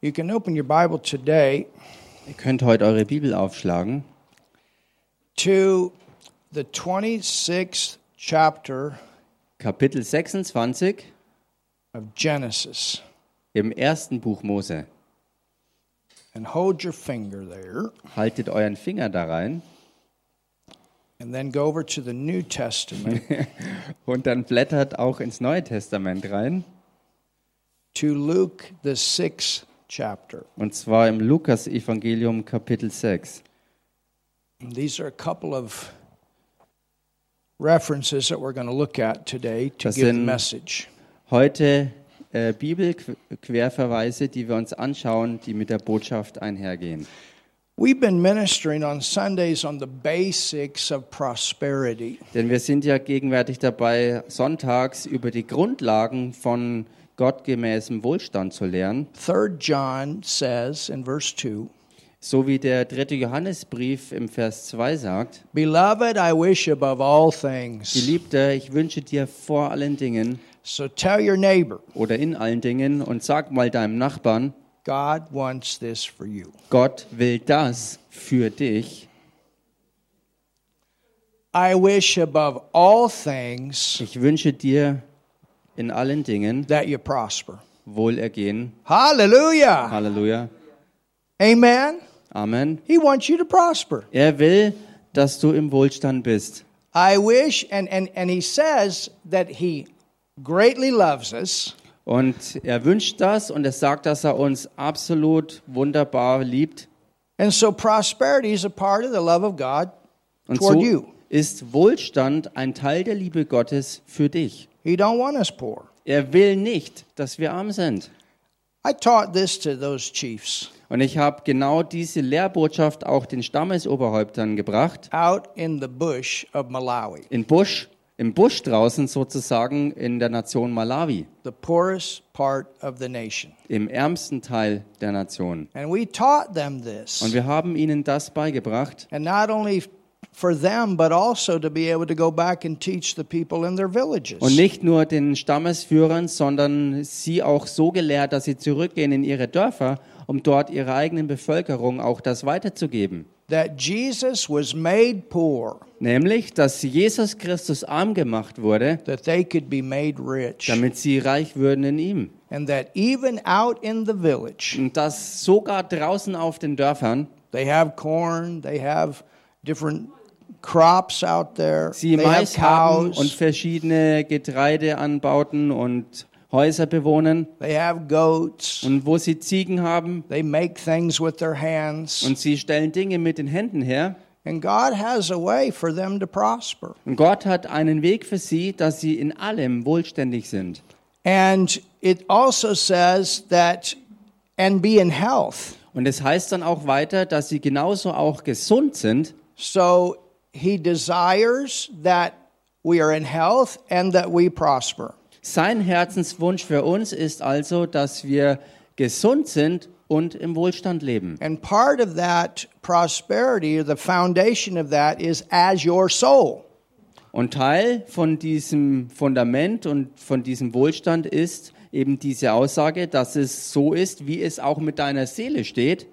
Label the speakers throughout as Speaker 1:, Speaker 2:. Speaker 1: You can open your Bible today
Speaker 2: Ihr könnt heute eure Bibel aufschlagen
Speaker 1: to the 26th chapter
Speaker 2: Kapitel 26
Speaker 1: of Genesis
Speaker 2: im ersten Buch Mose.
Speaker 1: and hold your finger there
Speaker 2: Haltet euren Finger da rein
Speaker 1: and then go over to the New Testament
Speaker 2: und dann blättert auch ins Neue Testament rein
Speaker 1: to Luke, the sixth chapter.
Speaker 2: und zwar im Lukas Evangelium Kapitel 6.
Speaker 1: These are a couple of references that we're going to look at today to
Speaker 2: Das
Speaker 1: give the
Speaker 2: sind-
Speaker 1: message.
Speaker 2: Heute äh, Bibelquerverweise, die wir uns anschauen, die mit der Botschaft einhergehen.
Speaker 1: We've been ministering on Sundays on the basics of prosperity.
Speaker 2: Denn wir sind ja gegenwärtig dabei, sonntags über die Grundlagen von gottgemäßem Wohlstand zu lernen.
Speaker 1: 3 John says in verse 2
Speaker 2: So wie der dritte Johannesbrief im Vers 2 sagt,
Speaker 1: Beloved, I wish above all things.
Speaker 2: Geliebter, ich wünsche dir vor allen Dingen
Speaker 1: So tell your neighbor,
Speaker 2: oder in allen Dingen und sag mal deinem Nachbarn,
Speaker 1: God wants this for you.
Speaker 2: Gott will das für dich.
Speaker 1: I wish above all things
Speaker 2: Ich wünsche dir in allen Dingen
Speaker 1: that you prosper.
Speaker 2: Wohlergehen.
Speaker 1: Hallelujah.
Speaker 2: Halleluja.
Speaker 1: Amen.
Speaker 2: Amen.
Speaker 1: He wants you to prosper.
Speaker 2: Er will, dass du im Wohlstand bist.
Speaker 1: I wish, and, and, and he says that he greatly loves us,
Speaker 2: Und er wünscht das und er sagt, dass er uns absolut wunderbar liebt.
Speaker 1: and so prosperity is a part of the love of God
Speaker 2: Und
Speaker 1: toward you.
Speaker 2: so ist Wohlstand ein Teil der Liebe Gottes für dich.
Speaker 1: He don't want us poor.
Speaker 2: Er will nicht, dass wir arm sind.
Speaker 1: I taught this to those chiefs
Speaker 2: Und ich habe genau diese Lehrbotschaft auch den Stammesoberhäuptern gebracht,
Speaker 1: out in the bush of Malawi,
Speaker 2: in Busch, im Busch draußen sozusagen in der Nation Malawi,
Speaker 1: the poorest part of the nation.
Speaker 2: im ärmsten Teil der Nation.
Speaker 1: And we taught them this.
Speaker 2: Und wir haben ihnen das beigebracht,
Speaker 1: And not only for them, but also to be able to go back and teach the people in their villages.
Speaker 2: Und nicht nur den Stammesführern, sondern sie auch so gelehrt, dass sie zurückgehen in ihre Dörfer, um dort ihrer eigenen Bevölkerung auch das weiterzugeben.
Speaker 1: that Jesus was made poor,
Speaker 2: Nämlich, dass Jesus Christus arm gemacht wurde,
Speaker 1: that they could be made rich.
Speaker 2: damit sie reich würden in ihm.
Speaker 1: and that even out in the village,
Speaker 2: Und das sogar draußen auf den Dörfern.
Speaker 1: they have corn, they have different crops out there,
Speaker 2: Sie
Speaker 1: they have
Speaker 2: Mais haben und
Speaker 1: cows,
Speaker 2: verschiedene Getreideanbauten und Häuser bewohnen.
Speaker 1: they have goats,
Speaker 2: Und wo sie Ziegen haben
Speaker 1: they make things with their hands.
Speaker 2: und sie stellen Dinge mit den Händen her.
Speaker 1: and God has a way for them to prosper.
Speaker 2: Und Gott hat einen Weg für sie, dass sie in allem wohlständig sind.
Speaker 1: And it also says that, and be in health.
Speaker 2: Und es heißt dann auch weiter, dass sie genauso auch gesund sind.
Speaker 1: So he desires that we are in health and that we prosper.
Speaker 2: Sein Herzenswunsch für uns ist also, dass wir gesund sind und im Wohlstand leben.
Speaker 1: And part of that prosperity, or the foundation of that, is as your soul.
Speaker 2: Und Teil von diesem Fundament und von diesem Wohlstand ist eben diese Aussage, dass es so ist, wie es auch mit deiner Seele steht.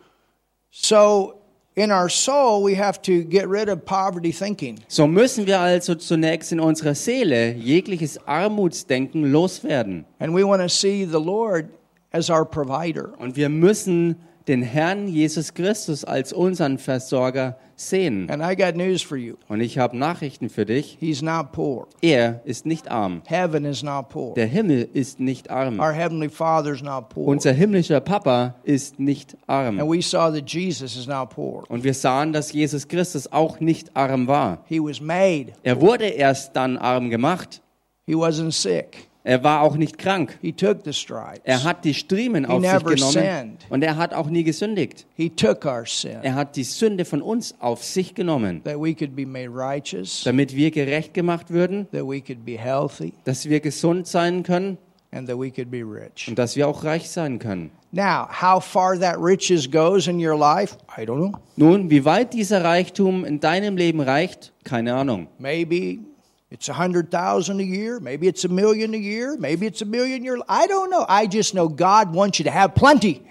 Speaker 1: So in our soul, we have to get rid of poverty thinking.
Speaker 2: So müssen wir also zunächst in unserer Seele jegliches Armutsdenken loswerden.
Speaker 1: And we want to see the Lord as our provider.
Speaker 2: Und wir müssen den Herrn Jesus Christus als unseren Versorger sehen.
Speaker 1: And I got news for you
Speaker 2: Und ich habe Nachrichten für dich.
Speaker 1: He's not poor,
Speaker 2: Er ist nicht arm.
Speaker 1: heaven is not poor.
Speaker 2: Der Himmel ist nicht arm.
Speaker 1: Our Heavenly Father's not poor.
Speaker 2: Unser himmlischer Papa ist nicht arm.
Speaker 1: And we saw that Jesus is not poor.
Speaker 2: Und wir sahen, dass Jesus Christus auch nicht arm war.
Speaker 1: He was made.
Speaker 2: Er wurde erst dann arm gemacht.
Speaker 1: He wasn't sick.
Speaker 2: Er war auch nicht krank.
Speaker 1: He took the stripes.
Speaker 2: Er hat die Striemen auf sich
Speaker 1: never
Speaker 2: genommen
Speaker 1: sinned.
Speaker 2: und er hat auch nie gesündigt.
Speaker 1: He took our sin
Speaker 2: Er hat die Sünde von uns auf sich genommen,
Speaker 1: that we could be made righteous,
Speaker 2: damit wir gerecht gemacht würden,
Speaker 1: that we could be healthy,
Speaker 2: dass wir gesund sein können
Speaker 1: and that we could be rich.
Speaker 2: und dass wir auch reich sein können.
Speaker 1: Now, how far that riches goes in your life, I don't know.
Speaker 2: Nun, wie weit dieser Reichtum in deinem Leben reicht, keine Ahnung.
Speaker 1: Maybe it's a hundred thousand a year. Maybe it's a million a year. Maybe it's a million a year. I don't know. I just know God wants you to have plenty.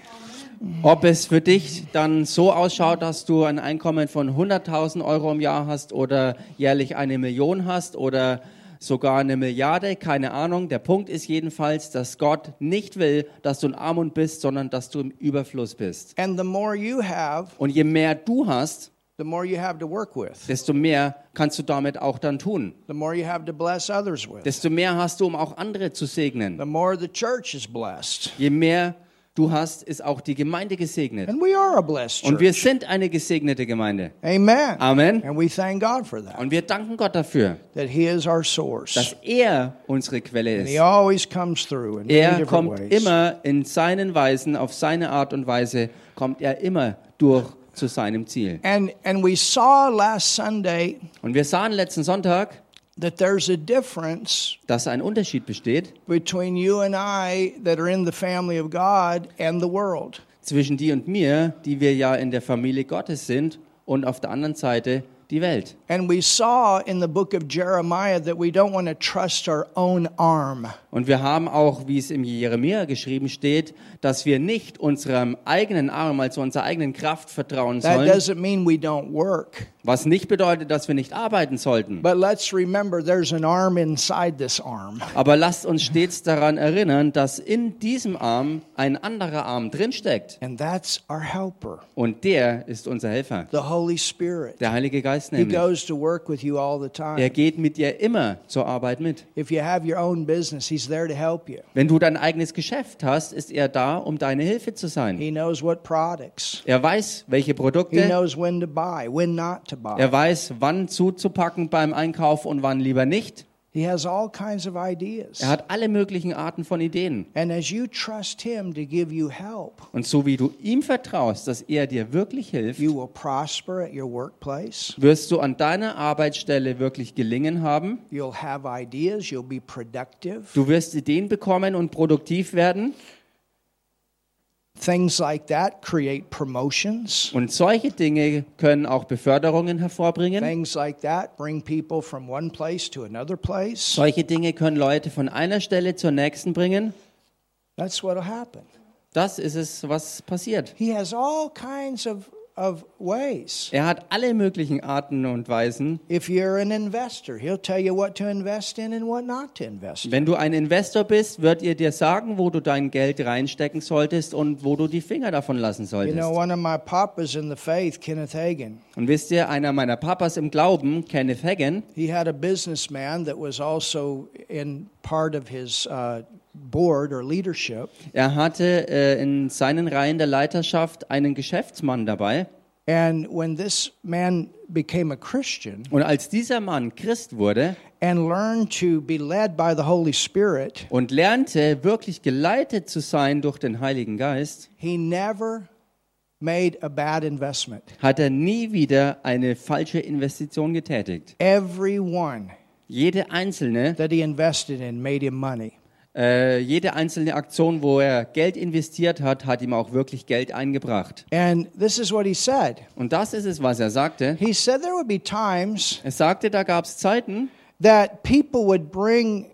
Speaker 2: Ob es für dich dann so ausschaut, dass du ein Einkommen von 100.000 Euro im Jahr hast oder jährlich eine Million hast oder sogar eine Milliarde, keine Ahnung. Der Punkt ist jedenfalls, dass Gott nicht will, dass du in Armut bist, sondern dass du im Überfluss bist.
Speaker 1: And the more you have,
Speaker 2: Und je mehr du hast,
Speaker 1: the more you have to work with,
Speaker 2: desto mehr kannst du damit auch dann tun.
Speaker 1: the more you have to bless others with,
Speaker 2: Desto mehr hast du, um auch andere zu segnen.
Speaker 1: the more the church is blessed.
Speaker 2: Je mehr du hast, ist auch die Gemeinde gesegnet.
Speaker 1: And we are a blessed
Speaker 2: Und wir
Speaker 1: church.
Speaker 2: sind eine gesegnete Gemeinde.
Speaker 1: Amen.
Speaker 2: Amen.
Speaker 1: And we thank God for that,
Speaker 2: Und wir danken Gott dafür,
Speaker 1: that He is our source.
Speaker 2: dass er unsere Quelle
Speaker 1: And He
Speaker 2: ist.
Speaker 1: always comes through in many
Speaker 2: Er
Speaker 1: different
Speaker 2: kommt
Speaker 1: ways.
Speaker 2: immer in seinen Weisen, auf seine Art und Weise, kommt er immer durch zu seinem Ziel.
Speaker 1: And, and we saw last Sunday
Speaker 2: Und wir sahen letzten Sonntag,
Speaker 1: that there's a difference
Speaker 2: dass ein Unterschied besteht
Speaker 1: between you and I that are in the family of God and the world.
Speaker 2: zwischen dir und mir, die wir ja in der Familie Gottes sind, und auf der anderen Seite die Welt.
Speaker 1: And we saw in the book of Jeremiah that we don't want to trust our own arm.
Speaker 2: Und wir haben auch, wie es im Jeremia geschrieben steht, dass wir nicht unserem eigenen Arm, also unserer eigenen Kraft vertrauen
Speaker 1: That
Speaker 2: sollen,
Speaker 1: doesn't mean we don't work.
Speaker 2: was nicht bedeutet, dass wir nicht arbeiten sollten.
Speaker 1: But let's remember there's an arm inside this arm.
Speaker 2: Aber lasst uns stets daran erinnern, dass in diesem Arm ein anderer Arm drinsteckt.
Speaker 1: And that's our helper,
Speaker 2: Und der ist unser Helfer,
Speaker 1: the Holy Spirit.
Speaker 2: der Heilige Geist
Speaker 1: He
Speaker 2: nämlich.
Speaker 1: goes to work with you all the
Speaker 2: Er
Speaker 1: time.
Speaker 2: geht mit dir immer zur Arbeit mit.
Speaker 1: If you have your own business, He's there to help you.
Speaker 2: Wenn du dein eigenes Geschäft hast, ist er da, um deine Hilfe zu sein.
Speaker 1: He knows what products,
Speaker 2: Er weiß, welche
Speaker 1: He
Speaker 2: Produkte,
Speaker 1: knows when to buy, when not to buy.
Speaker 2: er weiß, wann zuzupacken beim Einkauf und wann lieber nicht.
Speaker 1: He has all kinds of ideas.
Speaker 2: Er hat alle möglichen Arten von Ideen.
Speaker 1: And as you trust Him to give you help,
Speaker 2: Und so wie du ihm vertraust, dass er dir wirklich hilft,
Speaker 1: you will prosper at your workplace.
Speaker 2: wirst du an deiner Arbeitsstelle wirklich gelingen haben.
Speaker 1: You'll have ideas. You'll be productive.
Speaker 2: Du wirst Ideen bekommen und produktiv werden.
Speaker 1: Things like that create promotions.
Speaker 2: Und solche Dinge können auch Beförderungen hervorbringen.
Speaker 1: Things like that bring people from one place to another place.
Speaker 2: Solche Dinge können Leute von einer Stelle zur nächsten bringen.
Speaker 1: That's what'll happen.
Speaker 2: Das ist es, was passiert.
Speaker 1: He has all kinds of, of ways.
Speaker 2: Er hat alle möglichen Arten und Weisen.
Speaker 1: If you're an investor, he'll tell you what to invest in and what not to invest in.
Speaker 2: Wenn du ein Investor bist, wird er dir sagen, wo du dein Geld reinstecken solltest und wo du die Finger davon lassen
Speaker 1: You
Speaker 2: solltest.
Speaker 1: know, one of my papas in the faith, Kenneth Hagin,
Speaker 2: Und wisst ihr, einer meiner Papas im Glauben, Kenneth Hagin,
Speaker 1: He had a businessman that was also in part of his uh, board or leadership,
Speaker 2: er hatte äh, in seinen Reihen der Leiterschaft einen Geschäftsmann dabei.
Speaker 1: and when this man became a Christian
Speaker 2: Und als dieser Mann Christ wurde
Speaker 1: and learned to be led by the Holy Spirit,
Speaker 2: und lernte, wirklich geleitet zu sein durch den Heiligen Geist,
Speaker 1: he never made a bad investment.
Speaker 2: hat er nie wieder eine falsche Investition getätigt.
Speaker 1: Every one
Speaker 2: Jede einzelne,
Speaker 1: that he invested in made him money.
Speaker 2: äh, jede einzelne Aktion, wo er Geld investiert hat, hat ihm auch wirklich Geld eingebracht.
Speaker 1: And this is what he said.
Speaker 2: Und das ist es, was er sagte.
Speaker 1: He said there would be times
Speaker 2: Er sagte, da gab es Zeiten,
Speaker 1: that people would bring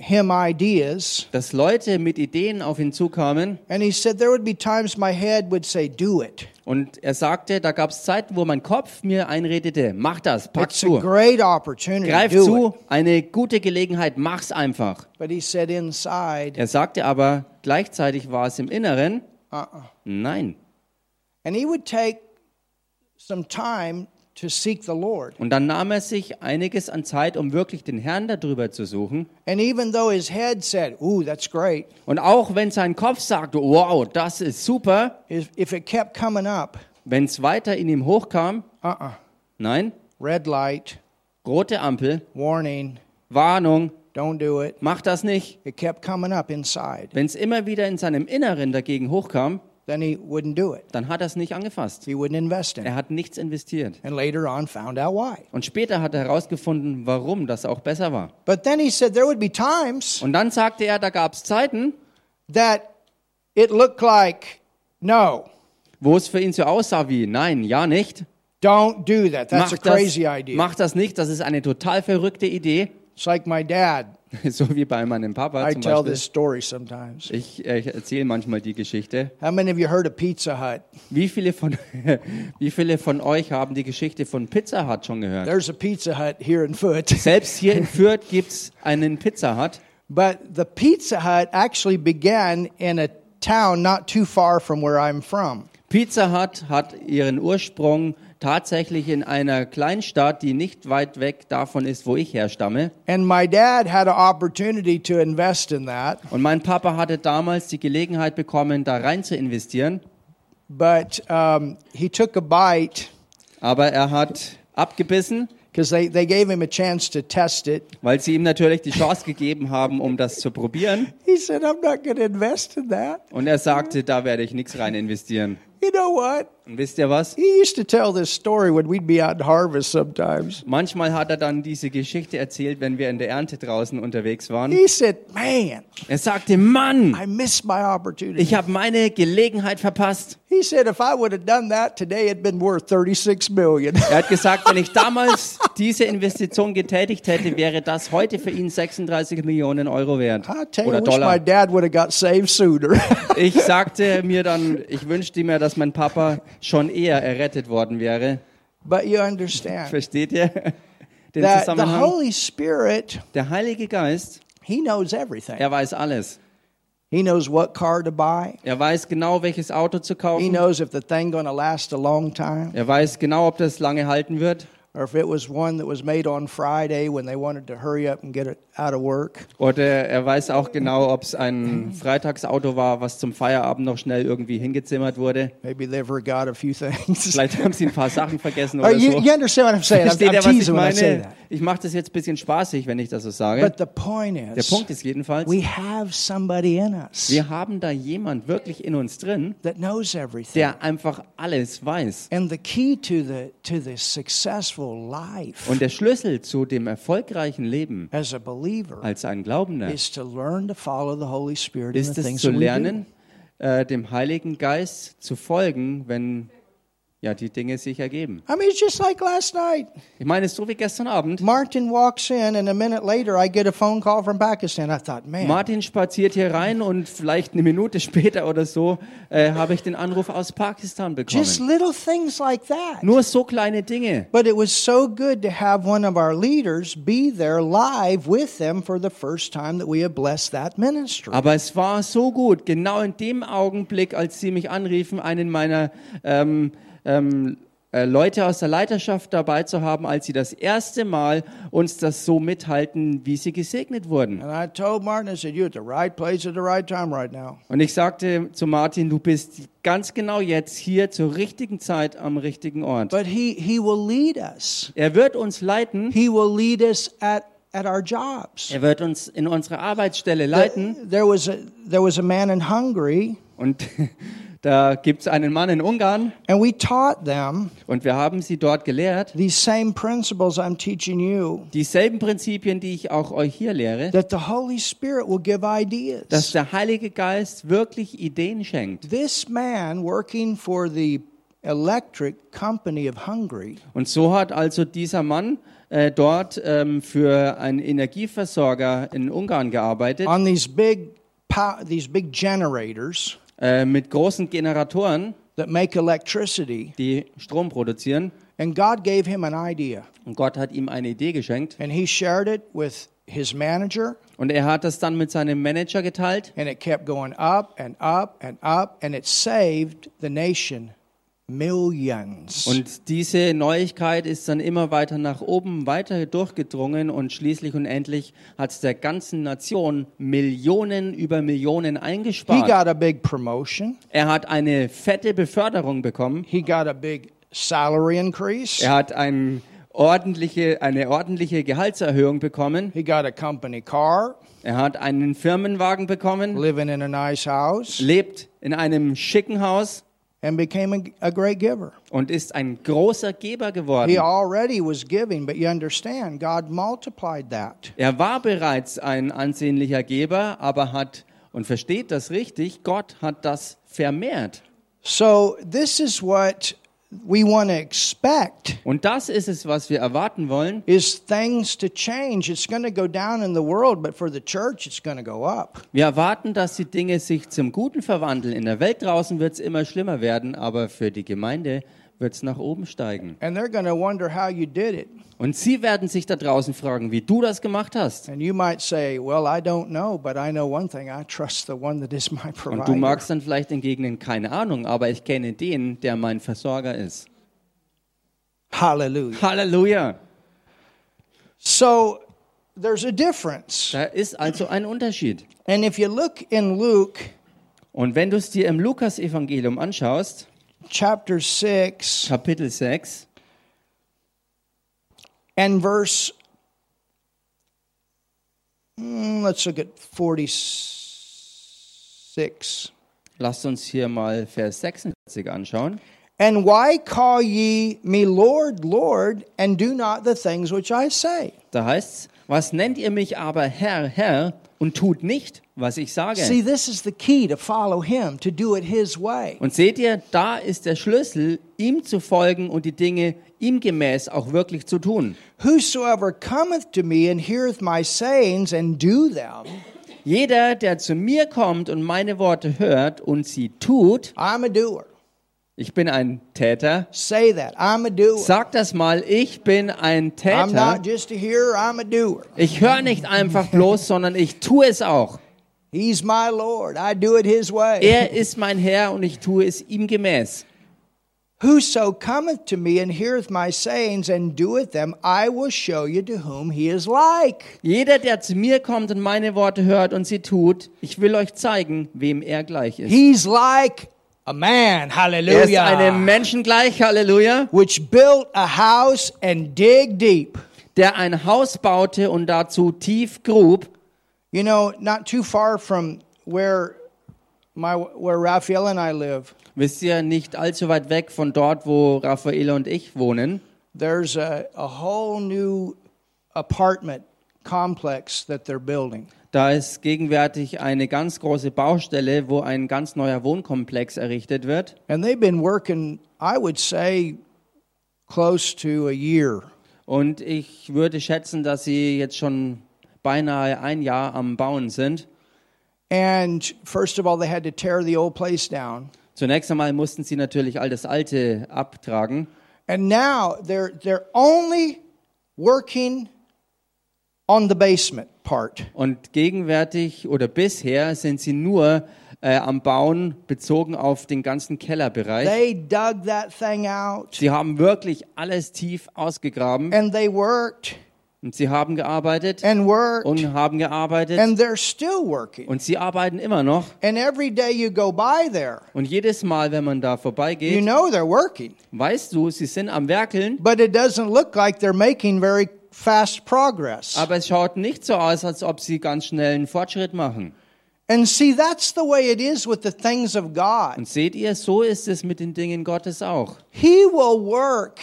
Speaker 1: him ideas,
Speaker 2: dass Leute mit Ideen auf ihn zukamen
Speaker 1: and he said there would be times my head would say, Do it.
Speaker 2: und er sagte, da gab es Zeiten, wo mein Kopf mir einredete, mach das, pack
Speaker 1: It's a
Speaker 2: zu,
Speaker 1: great opportunity.
Speaker 2: greif
Speaker 1: do
Speaker 2: zu,
Speaker 1: It.
Speaker 2: eine gute Gelegenheit, mach's einfach.
Speaker 1: But he said inside,
Speaker 2: Er sagte aber, gleichzeitig war es im Inneren,
Speaker 1: uh-uh.
Speaker 2: nein.
Speaker 1: And he would take some time to seek the Lord.
Speaker 2: Und dann nahm er sich einiges an Zeit, um wirklich den Herrn darüber zu suchen.
Speaker 1: And even though his head said, ooh, that's great,
Speaker 2: Und auch wenn sein Kopf sagte, wow, das ist super,
Speaker 1: if if it kept coming up,
Speaker 2: wenn es weiter in ihm hochkam,
Speaker 1: uh-uh,
Speaker 2: nein,
Speaker 1: red light,
Speaker 2: rote Ampel,
Speaker 1: warning,
Speaker 2: Warnung,
Speaker 1: don't do it.
Speaker 2: mach das nicht.
Speaker 1: It kept coming up inside.
Speaker 2: Wenn es immer wieder in seinem Inneren dagegen hochkam,
Speaker 1: Then he wouldn't do it.
Speaker 2: dann hat er es nicht angefasst.
Speaker 1: He wouldn't invest in
Speaker 2: Er
Speaker 1: it.
Speaker 2: hat nichts investiert.
Speaker 1: And later on found out why.
Speaker 2: Und später hat er herausgefunden, warum das auch besser war.
Speaker 1: But then he said there would be times
Speaker 2: Und dann sagte er, da gab es Zeiten,
Speaker 1: that it looked like, no,
Speaker 2: wo es für ihn so aussah wie, nein, ja nicht.
Speaker 1: don't do that. That's
Speaker 2: Mach
Speaker 1: a
Speaker 2: das,
Speaker 1: crazy idea.
Speaker 2: mach das nicht, das ist eine total verrückte Idee.
Speaker 1: It's like my dad.
Speaker 2: so wie bei meinem Papa
Speaker 1: I
Speaker 2: zum
Speaker 1: tell
Speaker 2: Beispiel.
Speaker 1: this story sometimes.
Speaker 2: Ich, äh, ich erzähle manchmal die Geschichte.
Speaker 1: How many of you heard of Pizza Hut?
Speaker 2: Wie viele, von, wie viele von euch haben die Geschichte von Pizza Hut schon gehört?
Speaker 1: There's a Pizza Hut here in Foot.
Speaker 2: Selbst hier in Fürth gibt es einen Pizza Hut.
Speaker 1: But the Pizza Hut actually began in a town not too far from where I'm from.
Speaker 2: Pizza Hut hat ihren Ursprung tatsächlich in einer Kleinstadt, die nicht weit weg davon ist, wo ich herstamme.
Speaker 1: And my dad had an opportunity to invest in that,
Speaker 2: Und mein Papa hatte damals die Gelegenheit bekommen, da rein zu investieren.
Speaker 1: but um, he took a bite
Speaker 2: Aber er hat abgebissen,
Speaker 1: because they, they gave him a chance to test it.
Speaker 2: weil sie ihm natürlich die Chance gegeben haben, um das zu probieren.
Speaker 1: He said, I'm not going to invest in that.
Speaker 2: Und er sagte, da werde ich nichts rein investieren.
Speaker 1: You know what?
Speaker 2: Und wisst ihr was?
Speaker 1: He used to tell this story when we'd be out in harvest sometimes.
Speaker 2: Manchmal hat er dann diese Geschichte erzählt, wenn wir in der Ernte draußen unterwegs waren.
Speaker 1: He said, Man,
Speaker 2: Er sagte, Mann,
Speaker 1: I missed my opportunity.
Speaker 2: ich habe meine Gelegenheit verpasst.
Speaker 1: He said, if I would have done that today, it'd been worth 36 million.
Speaker 2: Er hat gesagt, wenn ich damals diese Investition getätigt hätte, wäre das heute für ihn 36 Millionen Euro wert.
Speaker 1: I tell you, I
Speaker 2: Oder
Speaker 1: wish my
Speaker 2: Dollar.
Speaker 1: dad would have got saved sooner.
Speaker 2: Ich sagte mir dann, ich wünschte mir, dass mein Papa schon eher errettet worden wäre.
Speaker 1: but you understand
Speaker 2: Versteht ihr den
Speaker 1: that the
Speaker 2: Zusammenhang?
Speaker 1: Holy Spirit,
Speaker 2: Der Heilige Geist,
Speaker 1: He knows everything.
Speaker 2: er weiß alles.
Speaker 1: He knows what car to buy.
Speaker 2: Er weiß genau, welches Auto zu
Speaker 1: He
Speaker 2: kaufen.
Speaker 1: knows if the thing going to last a long time,
Speaker 2: Er weiß genau, ob das lange halten wird
Speaker 1: or if it was one that was made on Friday when they wanted to hurry up and get it out of work.
Speaker 2: Oder er weiß auch genau, ob es ein Freitagsauto war, was zum Feierabend noch schnell irgendwie hingezimmert wurde.
Speaker 1: Maybe they forgot a few things.
Speaker 2: Vielleicht haben sie ein paar Sachen vergessen
Speaker 1: Or
Speaker 2: oder
Speaker 1: you,
Speaker 2: so.
Speaker 1: you understand what I'm saying?
Speaker 2: Versteht
Speaker 1: I'm, I'm
Speaker 2: ihr, was ich
Speaker 1: teasing when I say
Speaker 2: meine?
Speaker 1: that.
Speaker 2: Ich mache das jetzt ein bisschen spaßig, wenn ich das so sage.
Speaker 1: But the point
Speaker 2: Der
Speaker 1: is,
Speaker 2: Punkt ist jedenfalls,
Speaker 1: we have somebody in us
Speaker 2: wir haben da jemand wirklich in uns drin,
Speaker 1: that knows everything.
Speaker 2: der einfach alles weiß.
Speaker 1: And the key to the to the successful life
Speaker 2: Und der Schlüssel zu dem erfolgreichen Leben
Speaker 1: as a believer
Speaker 2: als ein Glaubender
Speaker 1: is to learn to follow the Holy Spirit in
Speaker 2: ist
Speaker 1: the
Speaker 2: es
Speaker 1: things
Speaker 2: zu
Speaker 1: that we do.
Speaker 2: lernen, äh, dem Heiligen Geist zu folgen, wenn ja die Dinge sich ergeben.
Speaker 1: I mean, it's just like last night.
Speaker 2: Ich meine, es ist so wie gestern Abend.
Speaker 1: Martin walks in, and a minute later, I get a phone call from Pakistan. I thought, man,
Speaker 2: Martin spaziert hier rein und vielleicht eine Minute später oder so äh, habe ich den Anruf aus Pakistan
Speaker 1: just
Speaker 2: bekommen.
Speaker 1: little things like that.
Speaker 2: Nur so kleine Dinge.
Speaker 1: But it was so good to have one of our leaders be there live with them for the first time that we have blessed that ministry.
Speaker 2: Aber es war so gut, genau in dem Augenblick, als sie mich anriefen, einen meiner ähm, ähm, äh, Leute aus der Leiterschaft dabei zu haben, als sie das erste Mal uns das so mithalten, wie sie gesegnet wurden.
Speaker 1: And I told Martin, I said, you're at the right place at the right time right now.
Speaker 2: Und ich sagte zu Martin, du bist ganz genau jetzt hier zur richtigen Zeit am richtigen Ort.
Speaker 1: But he, he will lead us.
Speaker 2: Er wird uns leiten.
Speaker 1: He will lead us at, at our jobs. Uh,
Speaker 2: Er wird uns in unsere Arbeitsstelle leiten.
Speaker 1: There was, a, there was a man in Hungary,
Speaker 2: Und da gibt es einen Mann in Ungarn
Speaker 1: and we taught them
Speaker 2: und wir haben sie dort gelehrt.
Speaker 1: these same principles I'm teaching you
Speaker 2: Dieselben Prinzipien, die ich auch euch hier lehre,
Speaker 1: that the Holy Spirit will give
Speaker 2: dass
Speaker 1: ideas.
Speaker 2: der Heilige Geist wirklich Ideen schenkt.
Speaker 1: This man working for the electric company of Hungary
Speaker 2: Und so hat also dieser Mann äh, dort ähm, für einen Energieversorger in Ungarn gearbeitet,
Speaker 1: on these big, pow- these big generators
Speaker 2: äh, mit großen Generatoren,
Speaker 1: that make electricity,
Speaker 2: die Strom produzieren.
Speaker 1: and God gave him an idea.
Speaker 2: Und Gott hat ihm eine Idee geschenkt.
Speaker 1: And he shared it with his manager,
Speaker 2: Und er hat das dann mit seinem Manager geteilt.
Speaker 1: and it kept going up and up and up, and it saved the nation millions.
Speaker 2: Und diese Neuigkeit ist dann immer weiter nach oben, weiter durchgedrungen und schließlich und endlich hat es der ganzen Nation Millionen über Millionen
Speaker 1: he
Speaker 2: eingespart.
Speaker 1: got a big promotion,
Speaker 2: Er hat eine fette Beförderung bekommen.
Speaker 1: he got a big salary increase,
Speaker 2: Er hat ein ordentliche, eine ordentliche Gehaltserhöhung bekommen.
Speaker 1: he got a company car,
Speaker 2: Er hat einen Firmenwagen bekommen,
Speaker 1: living in a nice house,
Speaker 2: lebt in einem schicken Haus
Speaker 1: and became a, a great giver.
Speaker 2: und ist ein großer Geber
Speaker 1: He
Speaker 2: geworden.
Speaker 1: already was giving, but you understand, God multiplied that.
Speaker 2: Er war bereits ein ansehnlicher Geber, aber hat, und versteht das richtig, Gott hat das vermehrt.
Speaker 1: So, this is what we want to expect
Speaker 2: Und das ist es, was wir erwarten wollen,
Speaker 1: is things to change. It's going to go down in the world, but for the church, it's going to go up.
Speaker 2: Wir erwarten, dass die Dinge sich zum Guten verwandeln. In der Welt draußen wird es immer schlimmer werden, aber für die Gemeinde wird es nach oben steigen.
Speaker 1: And they're going to wonder how you did it.
Speaker 2: Und sie werden sich da draußen fragen, wie du das gemacht hast.
Speaker 1: And you might say, Well, I don't know, but I know one thing I trust the one that is my provider.
Speaker 2: Und du magst dann vielleicht entgegnen, keine Ahnung, aber ich kenne den, der mein Versorger ist.
Speaker 1: Hallelujah.
Speaker 2: Halleluja!
Speaker 1: So there's a difference.
Speaker 2: Da ist also ein Unterschied.
Speaker 1: And if you look in Luke
Speaker 2: Und wenn du es dir im Lukas-Evangelium anschaust,
Speaker 1: chapter 6
Speaker 2: Kapitel 6
Speaker 1: and verse, Mm, let's look at 46.
Speaker 2: Lasst uns hier mal Vers 46 anschauen.
Speaker 1: And why call ye me Lord, Lord, and do not the things which I say?
Speaker 2: Da heißt's, was nennt ihr mich aber Herr, Herr und tut nicht, was ich sage?
Speaker 1: See, this is the key to follow him, to do it his way.
Speaker 2: und seht ihr, da ist der Schlüssel, ihm zu folgen und die Dinge ihm gemäß auch wirklich zu tun.
Speaker 1: Whosoever cometh to me and heareth my sayings and do them,
Speaker 2: Jeder, der zu mir kommt und meine Worte hört und sie tut,
Speaker 1: I'm a doer.
Speaker 2: ich bin ein Täter.
Speaker 1: Say that. I'm a doer.
Speaker 2: Sag das mal, ich bin ein
Speaker 1: I'm
Speaker 2: Täter.
Speaker 1: not just a hearer, I'm a doer.
Speaker 2: Ich höre nicht einfach bloß, sondern ich tue es auch.
Speaker 1: He's my Lord. I do it his way.
Speaker 2: Er ist mein Herr und ich tue es ihm gemäß.
Speaker 1: Whoso cometh to me and heareth my sayings and doeth them, I will show you to whom he is like.
Speaker 2: Jeder, der zu mir kommt und meine Worte hört und sie tut, ich will euch zeigen, wem er gleich ist.
Speaker 1: He's like a man.
Speaker 2: Er ist einem
Speaker 1: Hallelujah.
Speaker 2: Menschen gleich, Halleluja,
Speaker 1: Which built a house and dig deep.
Speaker 2: der ein Haus baute und dazu tief grub.
Speaker 1: You know, not too far from where my where Raphael and I live,
Speaker 2: Wisst ihr, nicht allzu weit weg von dort, wo Raffaele und ich wohnen,
Speaker 1: there's a, a whole new apartment complex that they're building.
Speaker 2: da ist gegenwärtig eine ganz große Baustelle, wo ein ganz neuer Wohnkomplex errichtet wird.
Speaker 1: And they've been working, I would say, close to a year.
Speaker 2: Und ich würde schätzen, dass sie jetzt schon beinahe ein Jahr am Bauen sind.
Speaker 1: And first of all, they had to tear the old place down.
Speaker 2: Zunächst einmal mussten sie natürlich all das Alte abtragen.
Speaker 1: And now they're, they're only working on the basement part.
Speaker 2: Und gegenwärtig oder bisher sind sie nur äh, am Bauen bezogen auf den ganzen Kellerbereich.
Speaker 1: They dug that thing out
Speaker 2: Sie haben wirklich alles tief ausgegraben
Speaker 1: and they worked
Speaker 2: und sie haben gearbeitet
Speaker 1: and worked
Speaker 2: und haben gearbeitet
Speaker 1: and they're still working.
Speaker 2: und sie arbeiten immer noch.
Speaker 1: And every day you go by there,
Speaker 2: Und jedes Mal, wenn man da
Speaker 1: you
Speaker 2: vorbeigeht,
Speaker 1: know they're working,
Speaker 2: weißt du, sie sind am Werkeln,
Speaker 1: but it doesn't look like they're making very fast progress.
Speaker 2: aber es schaut nicht so aus, als ob sie ganz schnell einen Fortschritt machen.
Speaker 1: And see, that's the way it is with the things of God.
Speaker 2: Und seht ihr, so ist es mit den Dingen Gottes auch.
Speaker 1: He will work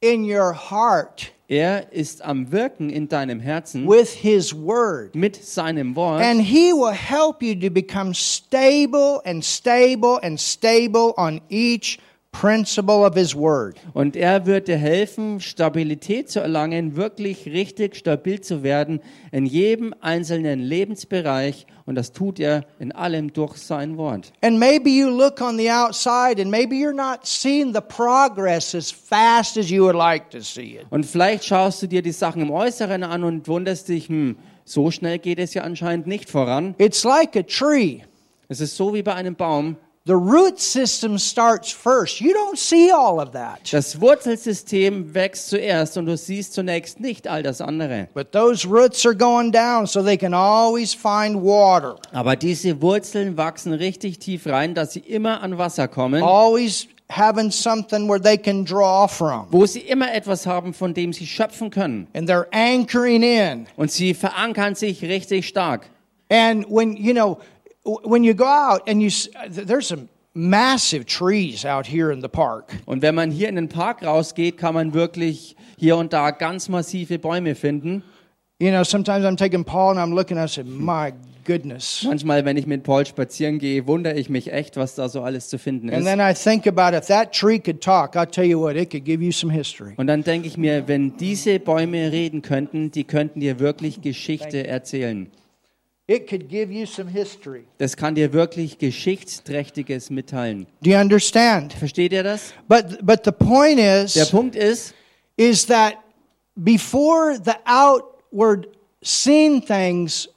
Speaker 1: in your heart
Speaker 2: Er ist am Wirken in deinem Herzen
Speaker 1: with His Word.
Speaker 2: mit seinem Wort.
Speaker 1: And He will help you to become stable and stable and stable on each principle of His Word.
Speaker 2: Und er wird dir helfen, Stabilität zu erlangen, wirklich richtig stabil zu werden in jedem einzelnen Lebensbereich. Und das tut er in allem durch sein Wort.
Speaker 1: And maybe you look on the outside and maybe you're not seeing the progress as fast as you would like to see it.
Speaker 2: Und vielleicht schaust du dir die Sachen im Äußeren an und wunderst dich, hm, so schnell geht es ja anscheinend nicht voran.
Speaker 1: It's like a tree.
Speaker 2: Es ist so wie bei einem Baum.
Speaker 1: The root system starts first. You don't see all of that.
Speaker 2: Das Wurzelsystem wächst zuerst und du siehst zunächst nicht all das andere.
Speaker 1: But those roots are going down so they can always find water.
Speaker 2: Aber diese Wurzeln wachsen richtig tief rein, dass sie immer an Wasser kommen.
Speaker 1: Oh. Always having something where they can draw from.
Speaker 2: wo sie immer etwas haben, von dem sie schöpfen können.
Speaker 1: And they're anchoring in.
Speaker 2: Und sie verankern sich richtig stark.
Speaker 1: And when, you know, w- when you go out and you, s- there's some massive trees out here in the park.
Speaker 2: Und wenn man hier in den Park rausgeht, kann man wirklich hier und da ganz massive Bäume finden.
Speaker 1: You know, sometimes I'm taking Paul and I'm looking, I say, my goodness.
Speaker 2: Manchmal, wenn ich mit Paul spazieren gehe, wundere ich mich echt, was da so alles zu finden
Speaker 1: And
Speaker 2: ist.
Speaker 1: then I think about if that tree could talk, I'll tell you what, it could give you some history.
Speaker 2: Und dann denke ich mir, wenn diese Bäume reden könnten, die könnten dir wirklich Geschichte erzählen.
Speaker 1: It could give you some history.
Speaker 2: Das kann dir wirklich Geschichtsträchtiges mitteilen.
Speaker 1: Do you understand?
Speaker 2: Versteht ihr das?
Speaker 1: But but the point
Speaker 2: Der
Speaker 1: is
Speaker 2: Punkt ist,
Speaker 1: is that before the outward seen things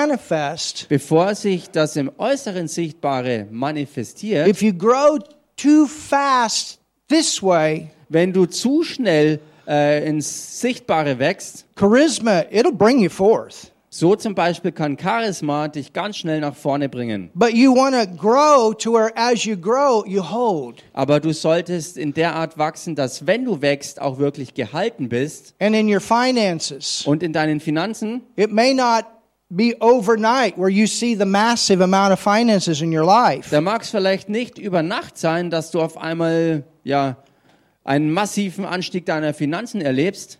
Speaker 1: manifest,
Speaker 2: bevor sich das im Äußeren Sichtbare manifestiert,
Speaker 1: if you grow too fast this way,
Speaker 2: wenn du zu schnell äh, ins Sichtbare wächst,
Speaker 1: charisma, it'll bring you forth.
Speaker 2: so zum Beispiel kann Charisma dich ganz schnell nach vorne bringen.
Speaker 1: But you want to grow to where as you grow, you hold.
Speaker 2: Aber du solltest in der Art wachsen, dass wenn du wächst, auch wirklich gehalten bist.
Speaker 1: And in your finances,
Speaker 2: Und in deinen Finanzen,
Speaker 1: it may not be overnight where you see the massive amount of finances in your life.
Speaker 2: da mag es vielleicht nicht über Nacht sein, dass du auf einmal ja einen massiven Anstieg deiner Finanzen erlebst,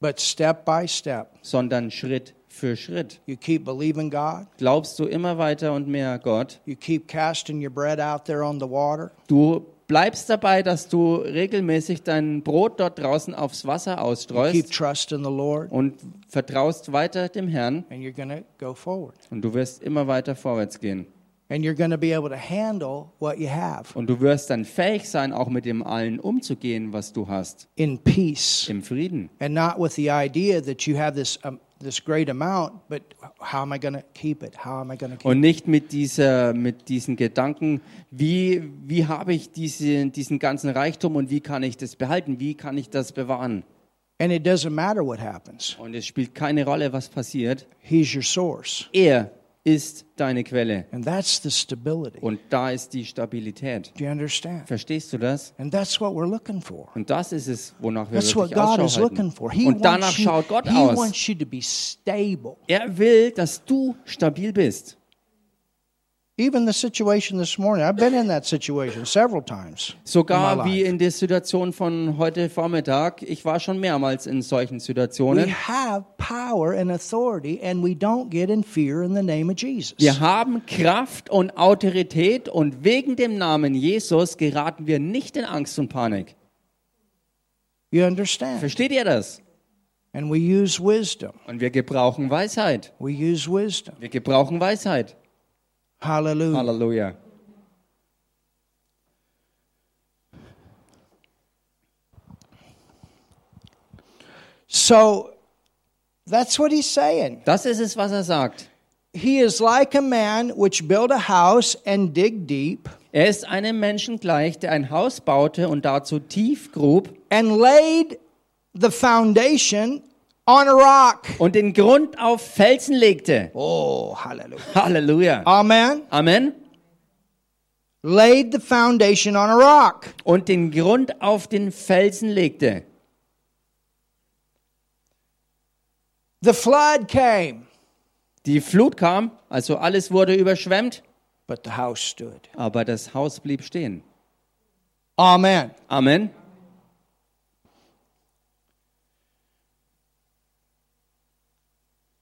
Speaker 1: But step by step,
Speaker 2: sondern Schritt für Schritt.
Speaker 1: you keep believing God.
Speaker 2: Glaubst du immer weiter und mehr Gott?
Speaker 1: You keep casting your bread out there on the water.
Speaker 2: Du bleibst dabei, dass du regelmäßig dein Brot dort draußen aufs Wasser
Speaker 1: Keep
Speaker 2: ausstreust
Speaker 1: trusting the Lord,
Speaker 2: und vertraust weiter dem Herrn
Speaker 1: and you're going to go forward.
Speaker 2: und du wirst immer weiter vorwärts gehen.
Speaker 1: And you're going to be able to handle what you have
Speaker 2: Und du wirst dann fähig sein, auch mit dem allen umzugehen, was du hast,
Speaker 1: in peace,
Speaker 2: im Frieden.
Speaker 1: and not with the idea that you have this um, this great amount. But how am I going to keep it? How am I going to keep? it?
Speaker 2: Und nicht mit, dieser, mit diesen Gedanken, wie, wie habe ich diese, diesen ganzen Reichtum und wie kann ich das behalten, wie kann ich das bewahren.
Speaker 1: And it doesn't matter what happens.
Speaker 2: Und es spielt keine Rolle, was passiert.
Speaker 1: He's your source,
Speaker 2: Er ist deine Quelle.
Speaker 1: and that's the stability.
Speaker 2: Und da ist die Stabilität.
Speaker 1: Do you understand?
Speaker 2: Verstehst du das?
Speaker 1: And that's what we're looking for.
Speaker 2: Und das ist es, wonach wir
Speaker 1: That's what
Speaker 2: wirklich
Speaker 1: God is
Speaker 2: Ausschau
Speaker 1: looking
Speaker 2: halten.
Speaker 1: for. He
Speaker 2: Und danach
Speaker 1: wants you,
Speaker 2: schaut Gott
Speaker 1: he
Speaker 2: aus.
Speaker 1: wants you to be stable.
Speaker 2: Er will, dass du stabil bist.
Speaker 1: Even the situation this morning, I've been in that situation several times. in my
Speaker 2: Sogar
Speaker 1: life.
Speaker 2: wie in der Situation von heute Vormittag. Ich war schon mehrmals in solchen
Speaker 1: We
Speaker 2: Situationen.
Speaker 1: have power and authority, and we don't get in fear in the name of Jesus.
Speaker 2: Wir haben Kraft und Autorität und wegen dem Namen Jesus geraten wir nicht in Angst und Panik.
Speaker 1: You understand?
Speaker 2: Versteht ihr das?
Speaker 1: And we use wisdom.
Speaker 2: Und wir gebrauchen Weisheit.
Speaker 1: We use wisdom.
Speaker 2: Wir gebrauchen Weisheit.
Speaker 1: Hallelujah.
Speaker 2: Halleluja.
Speaker 1: So that's what he's saying.
Speaker 2: Das ist es, was er sagt.
Speaker 1: He is like a man which built a house and dig deep
Speaker 2: Er ist einem Menschen gleich, der ein Haus baute und dazu tief grub
Speaker 1: and laid the foundation on a rock.
Speaker 2: und den Grund auf Felsen legte.
Speaker 1: Oh, hallelujah.
Speaker 2: Halleluja.
Speaker 1: Amen.
Speaker 2: Amen.
Speaker 1: Laid the foundation on a rock.
Speaker 2: Und den Grund auf den Felsen legte.
Speaker 1: The flood came,
Speaker 2: Die Flut kam, also alles wurde überschwemmt,
Speaker 1: but the house stood.
Speaker 2: aber das Haus blieb stehen.
Speaker 1: Amen.
Speaker 2: Amen.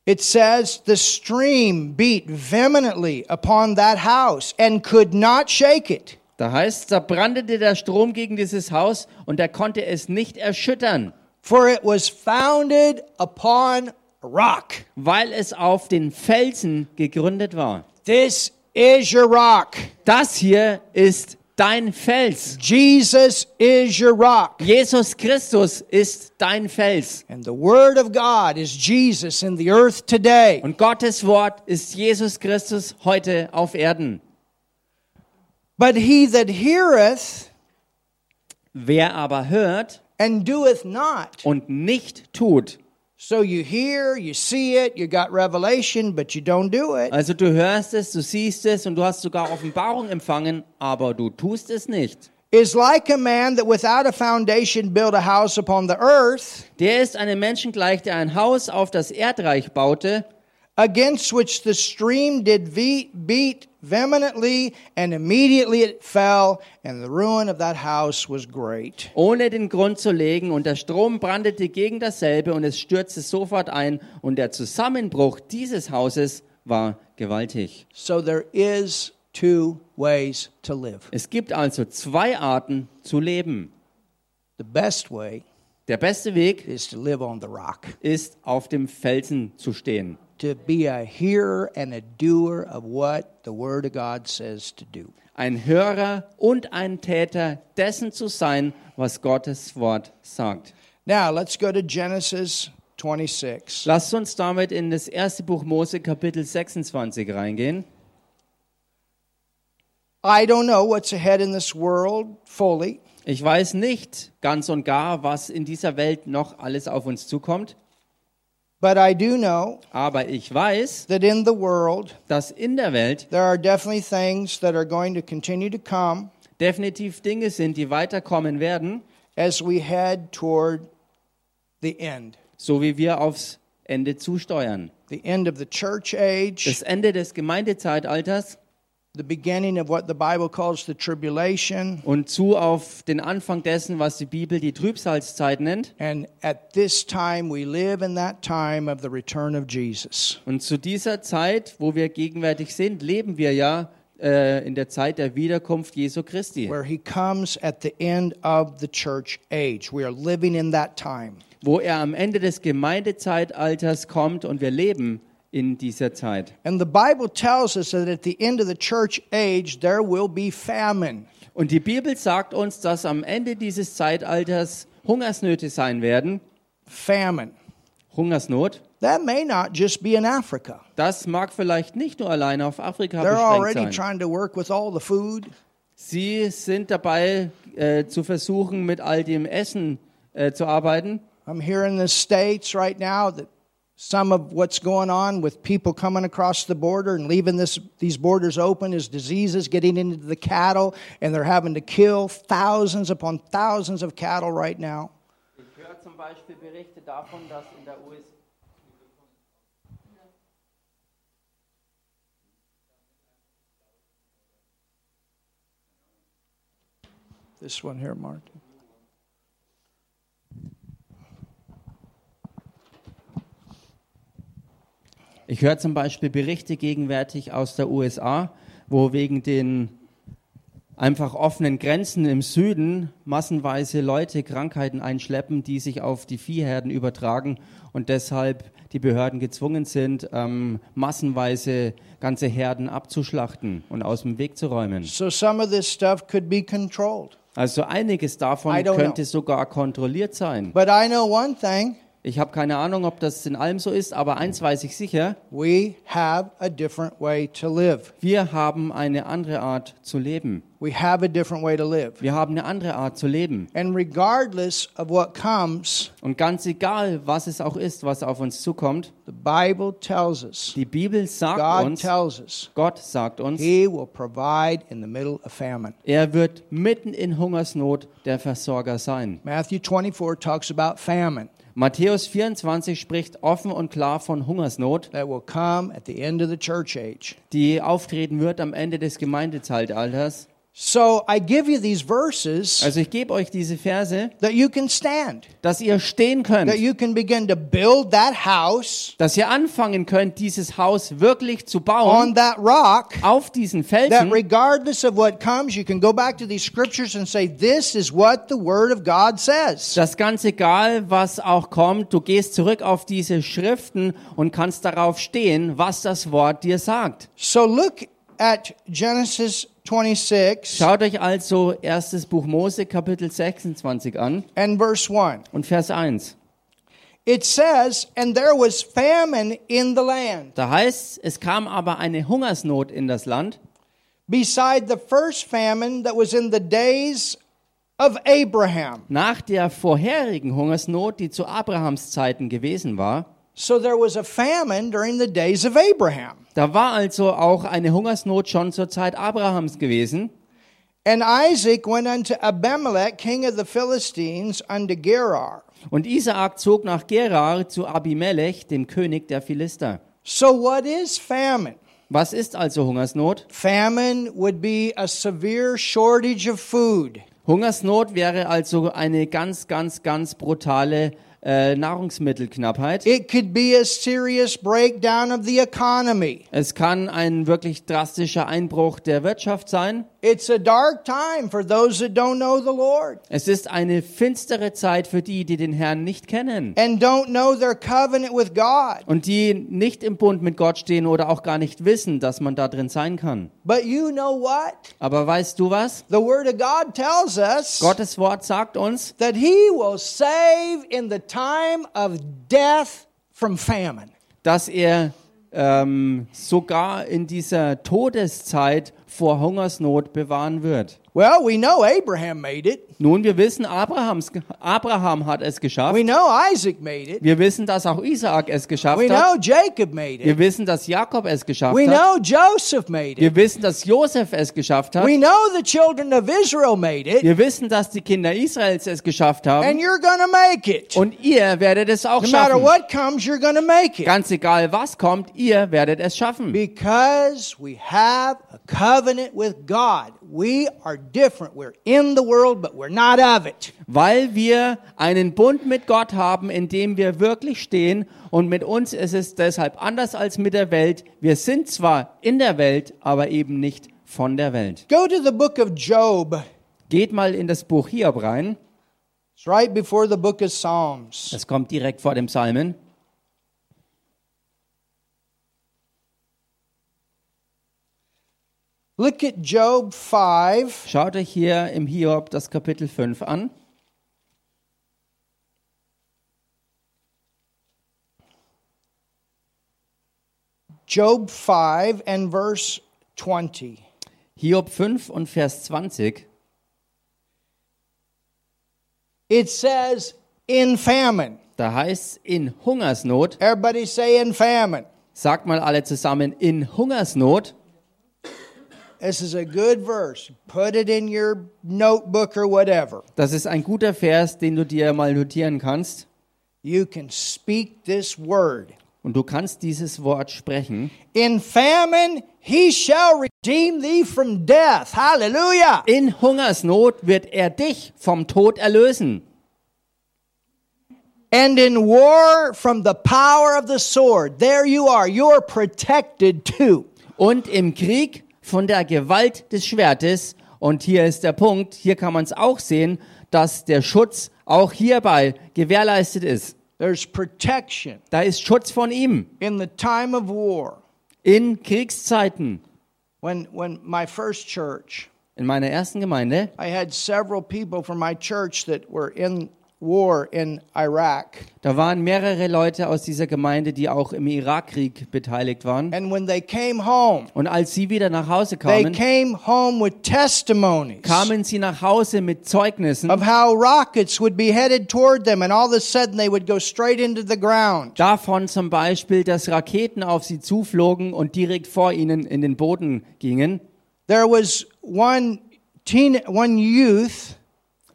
Speaker 1: It says, the stream beat vehemently upon that house and could not shake it.
Speaker 2: Da heißt, da brandete der Strom gegen dieses Haus und er konnte es nicht erschüttern,
Speaker 1: For it was founded upon a rock.
Speaker 2: weil es auf den Felsen gegründet war.
Speaker 1: This is your rock.
Speaker 2: Das hier ist dein Fels.
Speaker 1: Jesus is your rock.
Speaker 2: Jesus Christus ist dein Fels.
Speaker 1: And the Word of God is Jesus in the earth today.
Speaker 2: Und Gottes Wort ist Jesus Christus heute auf Erden.
Speaker 1: But he that heareth
Speaker 2: Wer aber hört
Speaker 1: and doeth not.
Speaker 2: und nicht tut,
Speaker 1: So you hear, you see it, you got revelation, but you don't do it.
Speaker 2: also du hörst es, du siehst es und du hast sogar Offenbarung empfangen, aber du tust es nicht.
Speaker 1: is like a man that without a foundation built a house upon the earth,
Speaker 2: Der ist einem Menschen gleich, der ein Haus auf das Erdreich baute
Speaker 1: against which the stream did ve- beat vehemently, and immediately it fell, and the ruin of that house was great.
Speaker 2: ohne den Grund zu legen, und der Strom brandete gegen dasselbe und es stürzte sofort ein, und der Zusammenbruch dieses Hauses war gewaltig.
Speaker 1: So there is two ways to live.
Speaker 2: Es gibt also zwei Arten zu leben.
Speaker 1: The best way
Speaker 2: Der beste Weg
Speaker 1: is to live on the rock,
Speaker 2: ist, auf dem Felsen zu stehen,
Speaker 1: to be a hearer and a doer of what the Word of God says to do.
Speaker 2: ein Hörer und ein Täter dessen zu sein, was Gottes Wort sagt.
Speaker 1: Now let's go to Genesis 26.
Speaker 2: Lasst uns damit in das erste Buch Mose Kapitel 26 reingehen.
Speaker 1: I don't know what's ahead in this world fully.
Speaker 2: Ich weiß nicht ganz und gar, was in dieser Welt noch alles auf uns zukommt,
Speaker 1: But I do know
Speaker 2: aber ich weiß,
Speaker 1: that in the world
Speaker 2: dass in der Welt
Speaker 1: there are definitely things that are going to continue to come
Speaker 2: definitiv Dinge sind, die weiterkommen werden,
Speaker 1: as we head toward the end.
Speaker 2: so wie wir aufs Ende zusteuern.
Speaker 1: The end of the church age,
Speaker 2: Das Ende des Gemeindezeitalters
Speaker 1: the beginning of what the Bible calls the tribulation,
Speaker 2: und zu auf den Anfang dessen, was die Bibel die Trübsalzeit nennt.
Speaker 1: and at this time we live in that time of the return of Jesus.
Speaker 2: Und zu dieser Zeit, wo wir gegenwärtig sind, leben wir ja äh, in der Zeit der Wiederkunft Jesu Christi,
Speaker 1: Where he comes at the end of the church age. We are living in that time.
Speaker 2: wo er am Ende des Gemeindezeitalters kommt und wir leben in dieser Zeit.
Speaker 1: And the Bible tells us that at the end of the church age, there will be famine.
Speaker 2: Und die Bibel sagt uns, dass am Ende dieses Zeitalters Hungersnöte sein werden.
Speaker 1: Famine.
Speaker 2: Hungersnot.
Speaker 1: That may not just be in Africa.
Speaker 2: Das mag vielleicht nicht nur alleine auf Afrika
Speaker 1: They're already
Speaker 2: beschränkt sein.
Speaker 1: trying to work with all the food.
Speaker 2: Sie sind dabei, äh, zu versuchen, mit all dem Essen äh, zu arbeiten.
Speaker 1: I'm here in the States right now that some of what's going on with people coming across the border and leaving this, these borders open is diseases getting into the cattle, and they're having to kill thousands upon thousands of cattle right now.
Speaker 2: Ich höre zum Beispiel Berichte davon, dass in der USA
Speaker 1: This one here, Martin.
Speaker 2: Ich höre zum Beispiel Berichte gegenwärtig aus der USA, wo wegen den einfach offenen Grenzen im Süden massenweise Leute Krankheiten einschleppen, die sich auf die Viehherden übertragen und deshalb die Behörden gezwungen sind, ähm, massenweise ganze Herden abzuschlachten und aus dem Weg zu räumen.
Speaker 1: So some of this stuff could be controlled.
Speaker 2: Also einiges
Speaker 1: I
Speaker 2: davon
Speaker 1: don't
Speaker 2: könnte sogar kontrolliert sein.
Speaker 1: But I know one thing
Speaker 2: Ich habe keine Ahnung, ob das in allem so ist, aber eins weiß ich sicher,
Speaker 1: we have a different way to live.
Speaker 2: wir haben eine andere Art zu leben.
Speaker 1: We have a different way to live.
Speaker 2: Wir haben eine andere Art zu leben.
Speaker 1: And regardless of what comes,
Speaker 2: Und ganz egal, was es auch ist, was auf uns zukommt,
Speaker 1: the Bible tells us,
Speaker 2: die Bibel sagt
Speaker 1: God
Speaker 2: uns,
Speaker 1: tells us,
Speaker 2: Gott sagt uns,
Speaker 1: He will provide in the middle of famine.
Speaker 2: er wird mitten in Hungersnot der Versorger sein.
Speaker 1: Matthew 24 talks about famine
Speaker 2: Matthäus 24 spricht offen und klar von Hungersnot,
Speaker 1: that will come at the end of the church age.
Speaker 2: die auftreten wird am Ende des Gemeindezeitalters.
Speaker 1: So I give you these verses
Speaker 2: Also ich gebe euch diese Verse,
Speaker 1: that you can stand,
Speaker 2: dass ihr stehen
Speaker 1: that
Speaker 2: könnt,
Speaker 1: you can begin to build that house
Speaker 2: dass ihr anfangen könnt, dieses Haus wirklich zu
Speaker 1: on
Speaker 2: bauen
Speaker 1: that rock.
Speaker 2: auf diesen
Speaker 1: That
Speaker 2: Felsen.
Speaker 1: regardless of what comes, you can go back to these scriptures and say, This is what the Word of God says.
Speaker 2: Das ganz egal, was auch kommt, du gehst zurück auf diese Schriften und kannst darauf stehen, was das Wort dir sagt.
Speaker 1: So look at Genesis 26
Speaker 2: Schaut euch also erstes Buch Mose Kapitel 26 an
Speaker 1: and verse 1.
Speaker 2: und Vers 1.
Speaker 1: It says, And there was famine in the land
Speaker 2: Da heißt es kam aber eine Hungersnot in das Land,
Speaker 1: beside the first famine that was in the days of Abraham.
Speaker 2: nach der vorherigen Hungersnot, die zu Abrahams Zeiten gewesen war.
Speaker 1: So there was a famine during the days of Abraham.
Speaker 2: Da war also auch eine Hungersnot schon zur Zeit Abrahams gewesen.
Speaker 1: And Isaac went unto Abimelech, king of the Philistines, unto Gerar.
Speaker 2: Und Isaak zog nach Gerar zu Abimelech, dem König der Philister.
Speaker 1: So, what is famine?
Speaker 2: Was ist also Hungersnot?
Speaker 1: Famine would be a severe shortage of food.
Speaker 2: Hungersnot wäre also eine ganz, ganz, ganz brutale äh, Nahrungsmittelknappheit.
Speaker 1: It could be a serious breakdown of the economy.
Speaker 2: Es kann ein wirklich drastischer Einbruch der Wirtschaft sein.
Speaker 1: It's a dark time for those that don't know the Lord
Speaker 2: Es ist eine finstere Zeit für die, die den Herrn nicht kennen
Speaker 1: and don't know their covenant with God.
Speaker 2: und die nicht im Bund mit Gott stehen oder auch gar nicht wissen, dass man da drin sein kann.
Speaker 1: But you know what?
Speaker 2: Aber weißt du was?
Speaker 1: The Word of God tells us
Speaker 2: Gottes Wort sagt uns,
Speaker 1: that He will save in the time of death from famine.
Speaker 2: dass er ähm, sogar in dieser Todeszeit vor Hungersnot bewahren wird.
Speaker 1: Well, we know Abraham made it.
Speaker 2: Nun, wir wissen, Abrahams, Abraham hat es geschafft.
Speaker 1: We know Isaac made it.
Speaker 2: Wir wissen, dass auch Isaak es geschafft
Speaker 1: We
Speaker 2: hat.
Speaker 1: know Jacob made
Speaker 2: Wir
Speaker 1: it.
Speaker 2: wissen, dass Jakob es geschafft
Speaker 1: We
Speaker 2: hat.
Speaker 1: know Joseph made it.
Speaker 2: Wir wissen, dass Josef es geschafft hat.
Speaker 1: We know the children of Israel made it.
Speaker 2: Wir wissen, dass die Kinder Israels es geschafft
Speaker 1: And
Speaker 2: haben.
Speaker 1: you're going to make it.
Speaker 2: Und ihr werdet es auch
Speaker 1: No matter
Speaker 2: schaffen.
Speaker 1: what comes, you're going to make it.
Speaker 2: Ganz egal, was kommt, ihr werdet es schaffen.
Speaker 1: Because we have a covenant with God. We are different. We're in the world, but we're not of it.
Speaker 2: Weil wir einen Bund mit Gott haben, in dem wir wirklich stehen. Und mit uns ist es deshalb anders als mit der Welt. Wir sind zwar in der Welt, aber eben nicht von der Welt.
Speaker 1: Go to the book of Job.
Speaker 2: Geht mal in das Buch Hiob rein.
Speaker 1: It's right before the book of Psalms.
Speaker 2: Das kommt direkt vor dem Psalmen.
Speaker 1: Look at Job 5,
Speaker 2: Schaut euch hier im Hiob das Kapitel 5 an.
Speaker 1: Job 5 and verse 20.
Speaker 2: Hiob 5 und Vers 20.
Speaker 1: It says, in famine.
Speaker 2: Da heißt in Hungersnot,
Speaker 1: Everybody say in famine.
Speaker 2: sagt mal alle zusammen, in Hungersnot.
Speaker 1: This is a good verse. Put it in your notebook or whatever.
Speaker 2: Das ist ein guter Vers, den du dir mal notieren kannst.
Speaker 1: You can speak this word.
Speaker 2: Und du kannst dieses Wort sprechen.
Speaker 1: In famine, he shall redeem thee from death. Hallelujah.
Speaker 2: In Hungersnot wird er dich vom Tod erlösen.
Speaker 1: And in war, from the power of the sword. There you are. You're protected too.
Speaker 2: Und im Krieg von der Gewalt des Schwertes. Und hier ist der Punkt, hier kann man es auch sehen, dass der Schutz auch hierbei gewährleistet ist.
Speaker 1: There's protection
Speaker 2: Da ist Schutz von ihm.
Speaker 1: in the time of war.
Speaker 2: In Kriegszeiten.
Speaker 1: When, when my first church,
Speaker 2: In meiner ersten Gemeinde
Speaker 1: I had several people from my church that were in war in Iraq.
Speaker 2: Da waren mehrere Leute aus dieser Gemeinde, die auch im Irakkrieg beteiligt waren.
Speaker 1: And when they came home,
Speaker 2: Und als sie wieder nach Hause
Speaker 1: they
Speaker 2: kamen,
Speaker 1: came home with testimonies
Speaker 2: kamen sie nach Hause mit Zeugnissen
Speaker 1: of how rockets would be headed toward them, and all of a sudden they would go straight into the ground.
Speaker 2: davon zum Beispiel, dass Raketen auf sie zuflogen und direkt vor ihnen in den Boden gingen.
Speaker 1: There was one teen, one youth.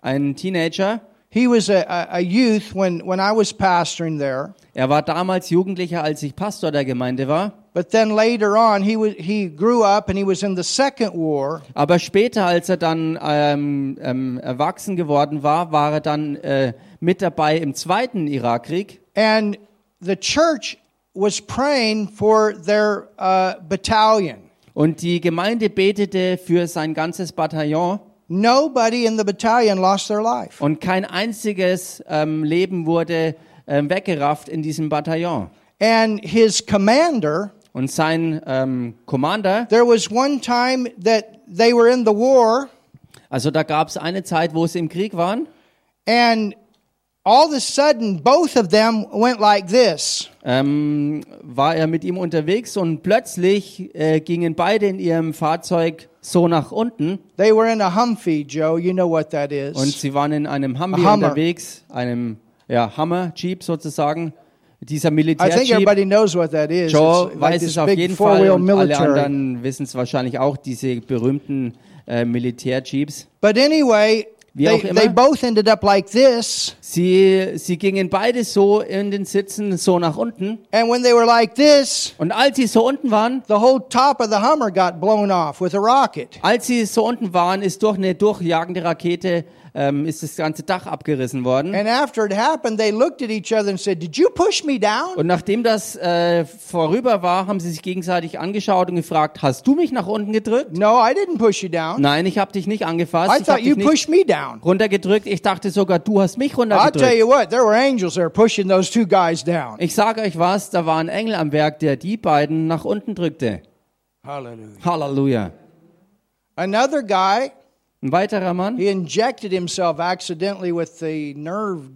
Speaker 2: Ein Teenager,
Speaker 1: He was a, a, a youth when, when I was pastoring there,
Speaker 2: er war damals Jugendlicher, als ich Pastor der Gemeinde war.
Speaker 1: but then later on he was, he grew up and he was in the second war.
Speaker 2: Aber später, als er dann ähm, ähm, erwachsen geworden war, war er dann äh, mit dabei im zweiten Irakkrieg.
Speaker 1: and the church was praying for their uh, battalion.
Speaker 2: Und die Gemeinde betete für sein ganzes Bataillon
Speaker 1: Nobody in the battalion lost their life.
Speaker 2: und kein einziges ähm, Leben wurde ähm, weggerafft in diesem Bataillon.
Speaker 1: And his commander,
Speaker 2: Und sein ähm, Commander,
Speaker 1: there was one time that they were in the war,
Speaker 2: also da gab es eine Zeit, wo sie im Krieg waren.
Speaker 1: and all of a sudden, both of them went like this.
Speaker 2: Ähm, war er mit ihm unterwegs und plötzlich äh, gingen beide in ihrem Fahrzeug so nach unten
Speaker 1: They were in a Humvee, Joe. You know what that is.
Speaker 2: und sie waren in einem Humvee
Speaker 1: Hummer.
Speaker 2: unterwegs, einem ja, Hammer Jeep sozusagen,
Speaker 1: I
Speaker 2: dieser
Speaker 1: think
Speaker 2: Militärjeep.
Speaker 1: everybody knows what that is.
Speaker 2: Joe
Speaker 1: It's like
Speaker 2: weiß
Speaker 1: this
Speaker 2: es auf
Speaker 1: big
Speaker 2: jeden Fall
Speaker 1: four-wheel
Speaker 2: und alle
Speaker 1: military.
Speaker 2: anderen wissen es wahrscheinlich auch, diese berühmten äh, Militärjeeps.
Speaker 1: But anyway,
Speaker 2: Wie
Speaker 1: They,
Speaker 2: auch
Speaker 1: they
Speaker 2: immer.
Speaker 1: both ended up like this.
Speaker 2: Sie, sie gingen beide so in den Sitzen, so nach unten.
Speaker 1: And when they were like this,
Speaker 2: Und als sie so unten waren,
Speaker 1: the whole top of the Hummer got blown off with a rocket.
Speaker 2: als sie so unten waren, ist durch eine durchjagende Rakete ähm, ist das ganze Dach abgerissen worden.
Speaker 1: And after it happened, they looked at each other and said, Did you push me down?
Speaker 2: Und nachdem das äh, vorüber war, haben sie sich gegenseitig angeschaut und gefragt: Hast du mich nach unten gedrückt?
Speaker 1: No, I didn't push you down.
Speaker 2: Nein, ich habe dich nicht angefasst.
Speaker 1: I
Speaker 2: Ich
Speaker 1: thought
Speaker 2: habe dich
Speaker 1: Also, you
Speaker 2: nicht
Speaker 1: pushed me down.
Speaker 2: runtergedrückt. Ich dachte sogar, du hast mich
Speaker 1: I'll tell
Speaker 2: runtergedrückt.
Speaker 1: you what, there were angels there pushing those two guys down.
Speaker 2: Ich sage euch was: Da war ein Engel am Werk, der die beiden nach unten drückte.
Speaker 1: Hallelujah.
Speaker 2: Halleluja.
Speaker 1: Another guy,
Speaker 2: Ein weiterer Mann,
Speaker 1: he injected himself accidentally with the nerve,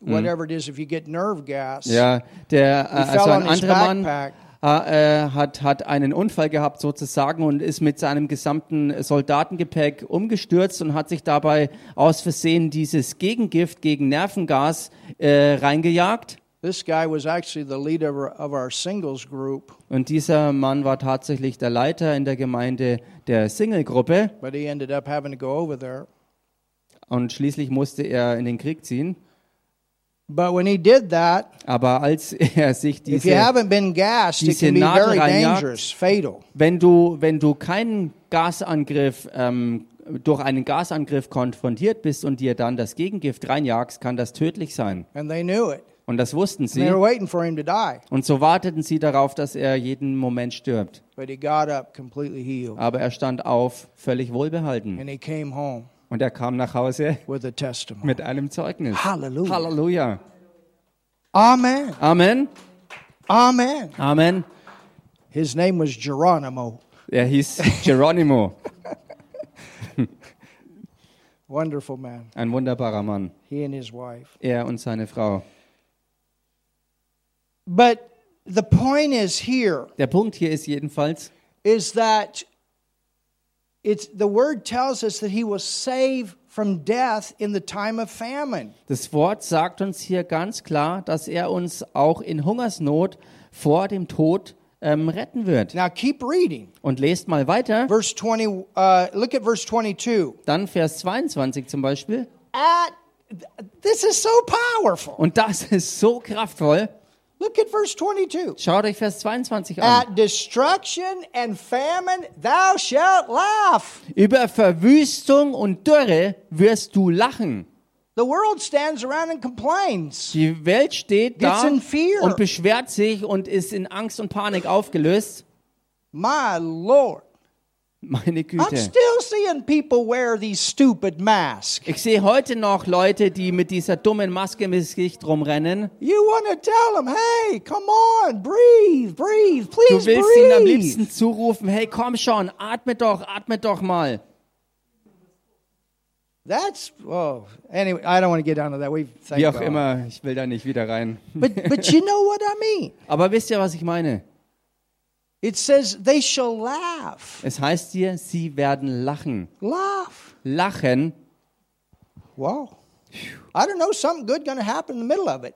Speaker 1: whatever it is, if you get nerve gas.
Speaker 2: ja, der, äh,
Speaker 1: He fell
Speaker 2: also ein
Speaker 1: on his
Speaker 2: anderer Mann,
Speaker 1: backpack.
Speaker 2: äh, äh, hat, hat einen Unfall gehabt sozusagen und ist mit seinem gesamten Soldatengepäck umgestürzt und hat sich dabei aus Versehen dieses Gegengift gegen Nervengas äh, reingejagt.
Speaker 1: This guy was actually the leader of our, of our singles group,
Speaker 2: Und dieser Mann war tatsächlich der Leiter in der Gemeinde der Single-Gruppe
Speaker 1: but he ended up having to go over there.
Speaker 2: und schließlich musste er in den Krieg ziehen.
Speaker 1: But when he did that,
Speaker 2: Aber als er sich
Speaker 1: if you
Speaker 2: diese,
Speaker 1: haven't been gassed, it
Speaker 2: diese
Speaker 1: can be
Speaker 2: Nadel
Speaker 1: very
Speaker 2: reinjagt.
Speaker 1: dangerous, fatal.
Speaker 2: wenn du, wenn du keinen Gasangriff ähm, durch einen Gasangriff konfrontiert bist und dir dann das Gegengift reinjagst, kann das tödlich sein.
Speaker 1: And they knew it.
Speaker 2: Und das wussten
Speaker 1: And
Speaker 2: sie.
Speaker 1: they were waiting for him to die.
Speaker 2: Und so warteten sie darauf, dass er jeden Moment stirbt.
Speaker 1: But he got up completely healed.
Speaker 2: Aber er stand auf, völlig wohlbehalten.
Speaker 1: And he came home
Speaker 2: Und er kam nach Hause
Speaker 1: with a testimony.
Speaker 2: mit einem Zeugnis.
Speaker 1: Halleluja.
Speaker 2: Halleluja.
Speaker 1: Amen.
Speaker 2: Amen.
Speaker 1: Amen.
Speaker 2: Amen.
Speaker 1: His name was Geronimo.
Speaker 2: Er hieß Geronimo.
Speaker 1: Wonderful man.
Speaker 2: Ein wunderbarer Mann.
Speaker 1: He and his wife.
Speaker 2: Er und seine Frau.
Speaker 1: But the point is here
Speaker 2: Der Punkt hier ist jedenfalls,
Speaker 1: is that it's the word tells us that he will save from death in the time of famine.
Speaker 2: Das Wort sagt uns hier ganz klar, dass er uns auch in Hungersnot vor dem Tod ähm, retten wird.
Speaker 1: Now keep reading.
Speaker 2: Und lest mal weiter,
Speaker 1: Verse 20 uh, look at verse 22.
Speaker 2: dann Vers 22 zum Beispiel.
Speaker 1: At this is so powerful.
Speaker 2: Und das ist so kraftvoll.
Speaker 1: Look at verse 22.
Speaker 2: Schaut euch Vers 22 an.
Speaker 1: At destruction and famine thou shalt laugh.
Speaker 2: Über Verwüstung und Dürre wirst du lachen.
Speaker 1: The world stands around and complains.
Speaker 2: Die Welt steht da
Speaker 1: It's in fear.
Speaker 2: und beschwert sich und ist in Angst und Panik aufgelöst.
Speaker 1: My Lord.
Speaker 2: Meine
Speaker 1: I'm
Speaker 2: Güte.
Speaker 1: still seeing people wear these stupid masks.
Speaker 2: Ich sehe heute noch Leute, die mit dieser dummen Maske im Gesicht rumrennen.
Speaker 1: You want to tell them, hey, come on, breathe, breathe, please
Speaker 2: Du willst ihnen am
Speaker 1: breathe.
Speaker 2: liebsten zurufen, hey komm schon, atme doch, atme doch mal.
Speaker 1: That's, oh, anyway, I don't want to get down to that. We thank
Speaker 2: Wie auch
Speaker 1: God.
Speaker 2: immer, ich will da nicht wieder rein.
Speaker 1: But, but you know what I mean.
Speaker 2: Aber wisst ihr, was ich meine?
Speaker 1: It says they shall laugh.
Speaker 2: Es heißt hier, sie werden lachen.
Speaker 1: Laugh.
Speaker 2: Lachen.
Speaker 1: Wow. I don't know, something good going to happen in the middle of it.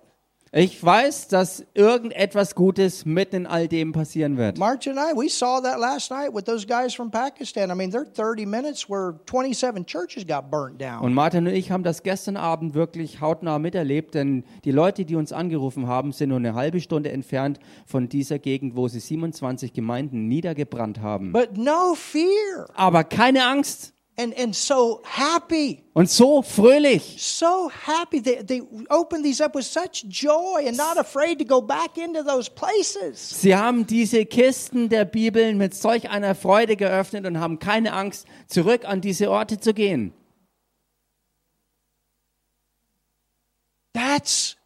Speaker 2: Ich weiß, dass irgendetwas Gutes mitten in all dem passieren wird.
Speaker 1: March and I, we saw that last night with those guys from Pakistan. I mean, their 30 minutes where 27 churches got burnt down.
Speaker 2: Und Martin und ich haben das gestern Abend wirklich hautnah miterlebt, denn die Leute, die uns angerufen haben, sind nur eine halbe Stunde entfernt von dieser Gegend, wo sie 27 Gemeinden niedergebrannt haben.
Speaker 1: But no fear.
Speaker 2: Aber keine Angst
Speaker 1: And, and so happy.
Speaker 2: und so fröhlich.
Speaker 1: so happy. They, they opened these up with such joy and not afraid to go back into those places.
Speaker 2: Sie haben diese Kisten der Bibeln mit solch einer Freude geöffnet und haben keine Angst, zurück an diese Orte zu gehen.
Speaker 1: That's,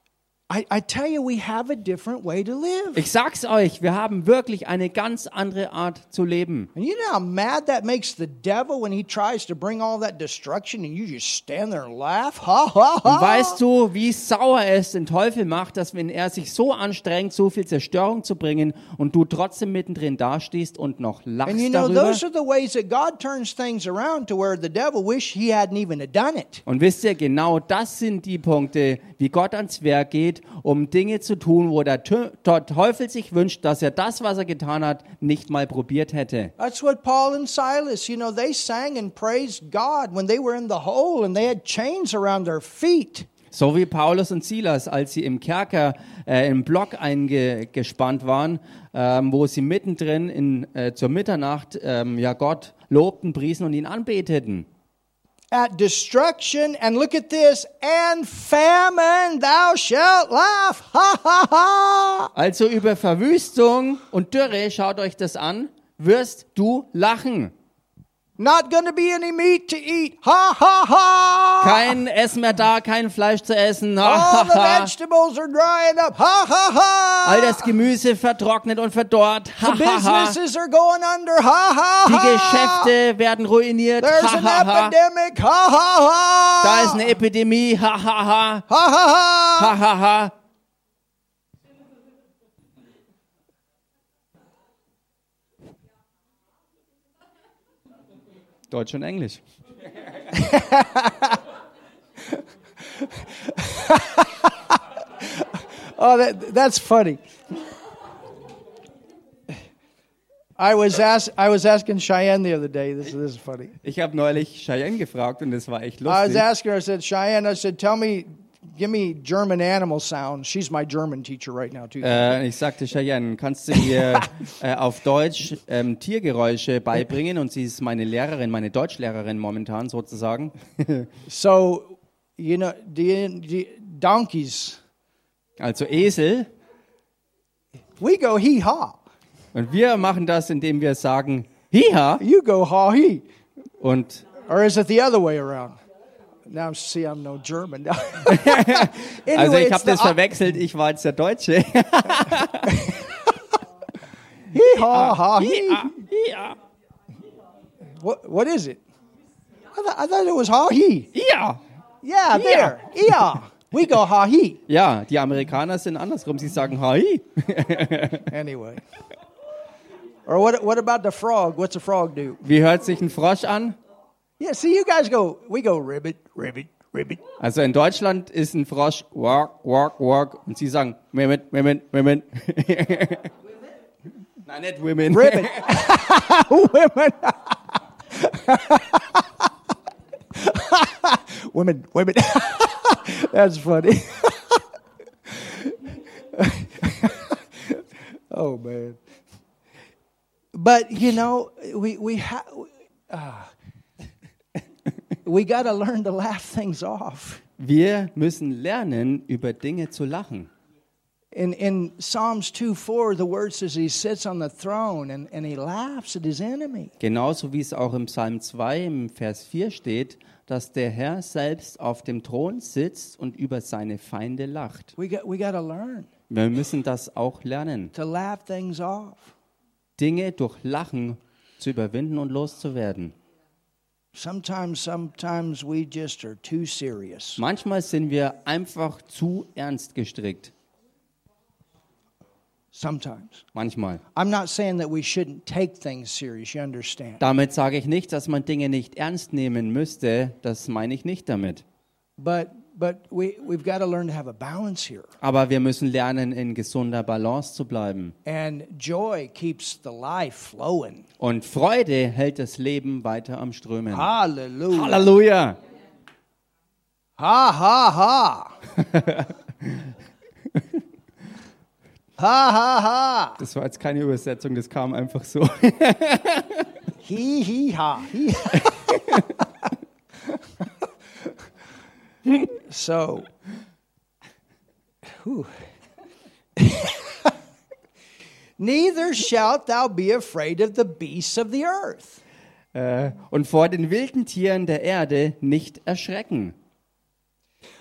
Speaker 1: I, I tell you, we have a different way to live.
Speaker 2: Ich sag's euch, wir haben wirklich eine ganz andere Art zu leben.
Speaker 1: And you know how mad that makes the devil when he tries to bring all that destruction and you just stand there and laugh? Ha, ha,
Speaker 2: Und
Speaker 1: ha.
Speaker 2: weißt du, wie sauer es den Teufel macht, dass wenn er sich so anstrengt, so viel Zerstörung zu bringen und du trotzdem mittendrin dastehst und noch lachst
Speaker 1: And you know,
Speaker 2: darüber?
Speaker 1: those are the ways that God turns things around to where the devil wish he hadn't even done it.
Speaker 2: Und wisst ihr, genau das sind die Punkte, wie Gott ans Werk geht, sind, um Dinge zu tun, wo der, Tö der Teufel sich wünscht, dass er das, was er getan hat, nicht mal probiert hätte.
Speaker 1: That's what Paul and Silas, you know, they sang and praised God when they were in the hole and they had chains around their feet.
Speaker 2: So wie Paulus und Silas, als sie im Kerker äh, im Block eingespannt waren, ähm, wo sie mittendrin in, äh, zur Mitternacht ähm, ja Gott lobten, priesen und ihn anbeteten.
Speaker 1: At destruction, and look at this, and famine thou shalt laugh. Ha ha ha!
Speaker 2: Also über Verwüstung und Dürre, schaut euch das an, wirst du lachen.
Speaker 1: Not going to be any meat to eat. Ha ha ha!
Speaker 2: Kein Essen mehr da, kein Fleisch zu essen.
Speaker 1: All the vegetables are drying up. Ha ha ha!
Speaker 2: All das Gemüse vertrocknet und verdorrt.
Speaker 1: The businesses are going under. Ha ha
Speaker 2: Die
Speaker 1: ha!
Speaker 2: Geschäfte werden ruiniert.
Speaker 1: There's an epidemic. Ha ha ha!
Speaker 2: Da ist eine Epidemie. Ha ha ha.
Speaker 1: ha ha ha!
Speaker 2: Ha ha ha. Deutsch und Englisch.
Speaker 1: Oh, that, that's funny. I was ask, I was asking Cheyenne the other day. This, this is funny.
Speaker 2: Ich habe neulich Cheyenne gefragt und das war echt
Speaker 1: I was
Speaker 2: lustig.
Speaker 1: asking her. I said, Cheyenne. I said, tell me, give me German animal sounds. She's my German teacher right now too.
Speaker 2: Äh, ich sagte, Cheyenne, kannst du mir äh, auf Deutsch ähm, Tiergeräusche beibringen? Und sie ist meine Lehrerin, meine Deutschlehrerin momentan sozusagen.
Speaker 1: so, you know, the, the donkeys.
Speaker 2: Also Esel.
Speaker 1: We go hee haw.
Speaker 2: Und wir machen das, indem wir sagen, hiha.
Speaker 1: You go haw hee.
Speaker 2: Und
Speaker 1: Or is it the other way around? Now see, I'm no German. anyway,
Speaker 2: also ich
Speaker 1: it's
Speaker 2: habe
Speaker 1: the
Speaker 2: das verwechselt, ich war jetzt der Deutsche.
Speaker 1: hee haw haw hee.
Speaker 2: Hiha, hiha,
Speaker 1: What, what is it? I, th- I thought it was ha he.
Speaker 2: hiha.
Speaker 1: Yeah, there. Yeah. We go ha he.
Speaker 2: Ja, die Amerikaner sind andersrum, sie sagen hi.
Speaker 1: Anyway. Or what, what about the frog? What's a frog do?
Speaker 2: Wie hört sich ein Frosch an?
Speaker 1: Yeah, see, you guys go, we go ribbit, ribbit, ribbit.
Speaker 2: Also in Deutschland ist ein Frosch walk, walk, walk und sie sagen women, women, women. Nein, nicht women.
Speaker 1: Ribbit. women. women, women. That's funny. oh man. But you know, we we ha- ah. we got to learn to laugh things off.
Speaker 2: Wir müssen lernen, über Dinge zu lachen.
Speaker 1: In, in Psalms 2 4, the word says he sits on the throne and, and he laughs at his enemy.
Speaker 2: Genauso wie es auch im Psalm 2 im Vers 4 steht, dass der Herr selbst auf dem Thron sitzt und über seine Feinde lacht.
Speaker 1: We got, we got to learn.
Speaker 2: Wir müssen das auch lernen,
Speaker 1: to laugh things off.
Speaker 2: Dinge durch Lachen zu überwinden und loszuwerden.
Speaker 1: Sometimes, sometimes we just are too serious.
Speaker 2: Manchmal sind wir einfach zu ernst gestrickt.
Speaker 1: Sometimes.
Speaker 2: Manchmal.
Speaker 1: I'm not saying that we shouldn't take things serious, you understand.
Speaker 2: Damit sage ich nicht, dass man Dinge nicht ernst nehmen müsste. Das meine ich nicht damit.
Speaker 1: But but we, we've got to learn to have a balance here.
Speaker 2: Aber wir müssen lernen, in gesunder Balance zu bleiben.
Speaker 1: And joy keeps the life flowing.
Speaker 2: Und Freude hält das Leben weiter am Strömen.
Speaker 1: Hallelujah.
Speaker 2: Halleluja!
Speaker 1: ha ha ha. ha ha ha.
Speaker 2: Das war jetzt keine Übersetzung, das kam einfach so.
Speaker 1: Hee hee ha. Hee. so, whew. neither shalt thou be afraid of the beasts of the earth.
Speaker 2: Äh, Und vor den wilden Tieren der Erde nicht erschrecken.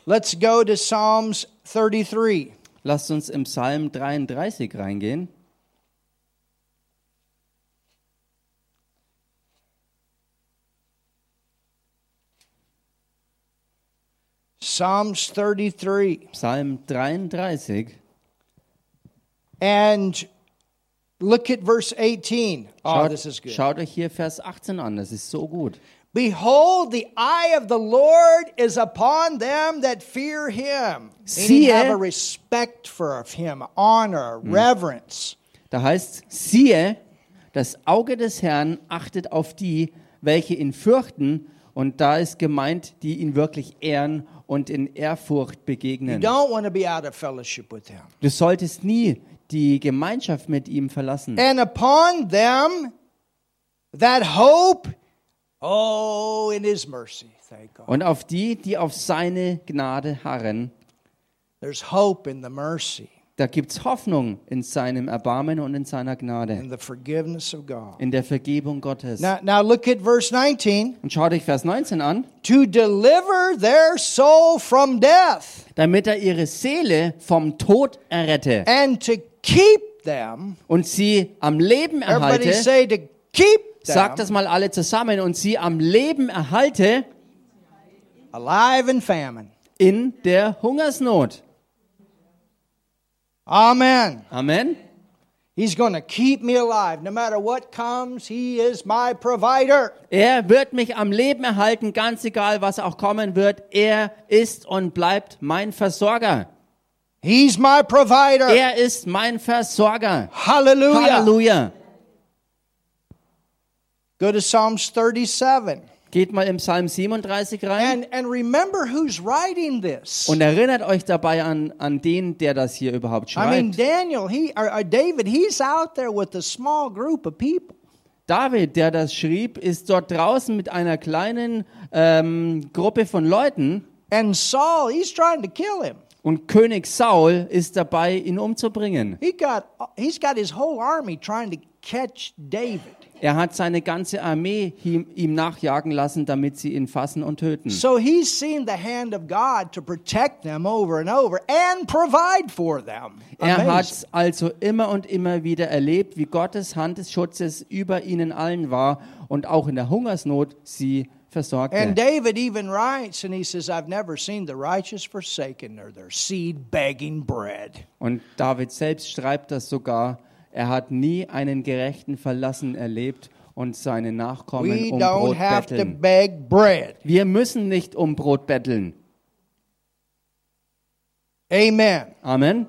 Speaker 1: Let's go to Psalms 33.
Speaker 2: Lasst uns im Psalm 33 reingehen.
Speaker 1: Psalms 33.
Speaker 2: Psalm 33.
Speaker 1: And look at verse 18. Oh,
Speaker 2: Schaut,
Speaker 1: this is good.
Speaker 2: schaut euch hier Vers 18 an, das ist so gut.
Speaker 1: Behold, the eye of the Lord is upon them that fear him. Meaning
Speaker 2: Siehe-
Speaker 1: have a respect for him, honor, reverence.
Speaker 2: Da heißt siehe, das Auge des Herrn achtet auf die, welche ihn fürchten, und da ist gemeint, die ihn wirklich ehren und in Ehrfurcht
Speaker 1: You
Speaker 2: begegnen.
Speaker 1: don't want to be out of fellowship with him.
Speaker 2: Du solltest nie die Gemeinschaft mit ihm verlassen.
Speaker 1: And upon them that hope, oh, in his mercy, thank God.
Speaker 2: Und auf die, die auf seine Gnade harren,
Speaker 1: There's hope in the mercy
Speaker 2: da gibt's Hoffnung in seinem Erbarmen und in seiner Gnade,
Speaker 1: and the forgiveness of God.
Speaker 2: in der Vergebung Gottes.
Speaker 1: Now, now look at verse 19.
Speaker 2: Und schau dich Vers 19 an.
Speaker 1: To deliver their soul from death.
Speaker 2: Damit er ihre Seele vom Tod errette
Speaker 1: and to keep them.
Speaker 2: und sie am Leben
Speaker 1: Everybody
Speaker 2: erhalte.
Speaker 1: say to keep them
Speaker 2: Sagt das mal alle zusammen und sie am Leben erhalte
Speaker 1: alive in famine.
Speaker 2: in der Hungersnot.
Speaker 1: Amen.
Speaker 2: Amen.
Speaker 1: He's going to keep me alive. No matter what comes, He is my provider.
Speaker 2: Er wird mich am Leben erhalten, ganz egal was auch kommen wird. Er ist und bleibt mein Versorger.
Speaker 1: He's my provider.
Speaker 2: Er ist mein Versorger.
Speaker 1: Hallelujah.
Speaker 2: Halleluja.
Speaker 1: Go to Psalms 37.
Speaker 2: Geht mal im Psalm 37 rein
Speaker 1: And, and remember who's writing this.
Speaker 2: und erinnert euch dabei an, an den, der das hier überhaupt
Speaker 1: I mean,
Speaker 2: schreibt.
Speaker 1: Daniel, he, or, or David, he's out there with a small group of people.
Speaker 2: David, der das schrieb, ist dort draußen mit einer kleinen ähm, Gruppe von Leuten
Speaker 1: And Saul, he's trying to kill him.
Speaker 2: und König Saul ist dabei, ihn umzubringen.
Speaker 1: He got, he's got his whole army trying to catch David.
Speaker 2: Er hat seine ganze Armee ihm, ihm nachjagen lassen, damit sie ihn fassen und töten.
Speaker 1: So he's seen the hand of God to protect them over and over and provide for them.
Speaker 2: Er
Speaker 1: Amazing.
Speaker 2: hat also immer und immer wieder erlebt, wie Gottes Hand des Schutzes über ihnen allen war und auch in der Hungersnot sie
Speaker 1: And
Speaker 2: versorgte.
Speaker 1: David even writes, and he says, I've never seen the righteous forsaken nor their seed begging bread.
Speaker 2: Und David selbst schreibt das sogar, er hat nie einen Gerechten verlassen erlebt und seine Nachkommen
Speaker 1: We
Speaker 2: um
Speaker 1: don't
Speaker 2: Brot
Speaker 1: have to
Speaker 2: betteln.
Speaker 1: beg bread.
Speaker 2: Wir müssen nicht um Brot betteln.
Speaker 1: Amen.
Speaker 2: Amen.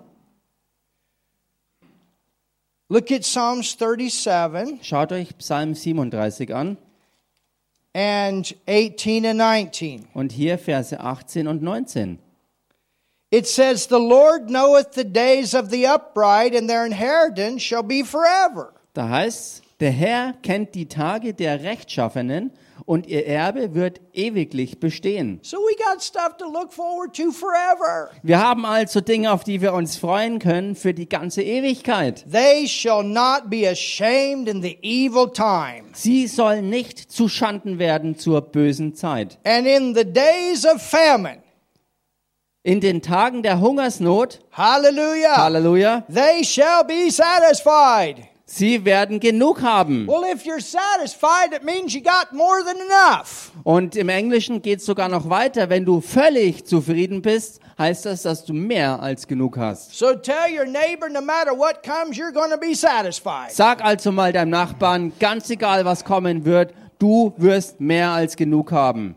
Speaker 1: Look at Psalms 37
Speaker 2: Schaut euch Psalm 37 an
Speaker 1: and 18 and 19.
Speaker 2: und hier Verse 18 und 19.
Speaker 1: It says, The Lord knoweth the days of the upright, and their inheritance shall be forever.
Speaker 2: Da heißt der Herr kennt die Tage der Rechtschaffenen und ihr Erbe wird ewiglich bestehen.
Speaker 1: So we got stuff to look forward to forever.
Speaker 2: Wir haben also Dinge, auf die wir uns freuen können für die ganze Ewigkeit.
Speaker 1: They shall not be ashamed in the evil time.
Speaker 2: Sie sollen nicht zuschanden werden zur bösen Zeit.
Speaker 1: And in the days of famine,
Speaker 2: In den Tagen der Hungersnot,
Speaker 1: hallelujah,
Speaker 2: Halleluja,
Speaker 1: they shall be satisfied.
Speaker 2: sie werden genug haben.
Speaker 1: Well, if you're satisfied, it means you got more than enough.
Speaker 2: Und im Englischen geht es sogar noch weiter. Wenn du völlig zufrieden bist, heißt das, dass du mehr als genug hast.
Speaker 1: So tell your neighbor no matter what comes, you're going to be satisfied.
Speaker 2: Sag also mal deinem Nachbarn, ganz egal was kommen wird, du wirst mehr als genug haben.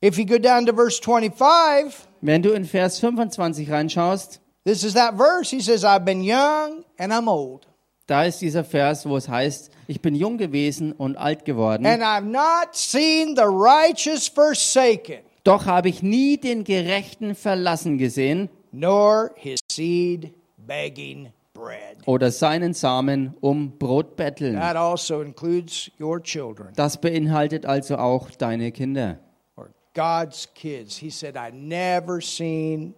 Speaker 1: If you go down to verse 25,
Speaker 2: Wenn du in Vers 25 reinschaust,
Speaker 1: this is that verse. He says, I've been young and I'm old,
Speaker 2: da ist dieser Vers, wo es heißt, ich bin jung gewesen und alt geworden,
Speaker 1: and I've not seen the righteous forsaken,
Speaker 2: doch habe ich nie den Gerechten verlassen gesehen
Speaker 1: nor his seed begging bread.
Speaker 2: oder seinen Samen um Brot betteln.
Speaker 1: That also includes your children
Speaker 2: Das beinhaltet also auch deine Kinder.
Speaker 1: or God's kids. He said, I never seen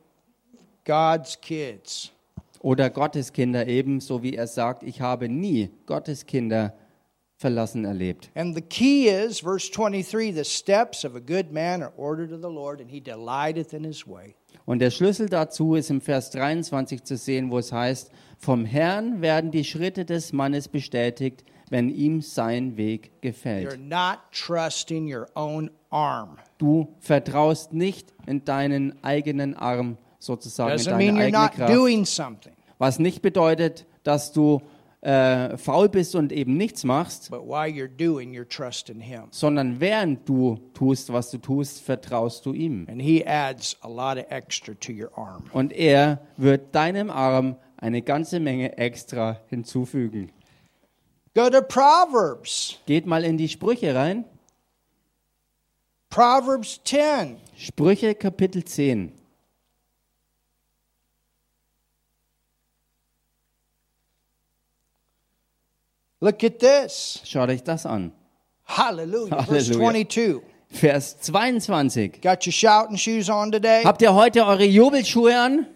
Speaker 1: God's kids
Speaker 2: Oder Gottes Kinder ebenso wie er sagt, ich habe nie Gottes Kinder verlassen erlebt.
Speaker 1: And the key is, verse 23, the steps of a good man are ordered of the Lord, and he delighteth in his way.
Speaker 2: Und der Schlüssel dazu ist im Vers 23 zu sehen, wo es heißt, vom Herrn werden die Schritte des Mannes bestätigt, wenn ihm sein Weg
Speaker 1: You're
Speaker 2: gefällt.
Speaker 1: not trusting your own arm.
Speaker 2: Du vertraust nicht in deinen eigenen Arm, sozusagen in
Speaker 1: Doesn't
Speaker 2: deine
Speaker 1: mean you're
Speaker 2: eigene
Speaker 1: not
Speaker 2: Kraft,
Speaker 1: doing something.
Speaker 2: was nicht bedeutet, dass du äh, faul bist und eben nichts machst,
Speaker 1: But while you're doing, you're trusting Him.
Speaker 2: sondern während du tust, was du tust, vertraust du ihm.
Speaker 1: And He adds a lot of extra to your arm.
Speaker 2: Und er wird deinem Arm eine ganze Menge extra hinzufügen.
Speaker 1: Go to Proverbs,
Speaker 2: Geht mal in die Sprüche rein.
Speaker 1: Proverbs 10.
Speaker 2: Sprüche Kapitel 10.
Speaker 1: Look at this.
Speaker 2: Schaut euch das an.
Speaker 1: Hallelujah. Verse
Speaker 2: Hallelujah.
Speaker 1: 22.
Speaker 2: Vers 22.
Speaker 1: Got your shouting shoes on today?
Speaker 2: Habt ihr heute eure Jubelschuhe an?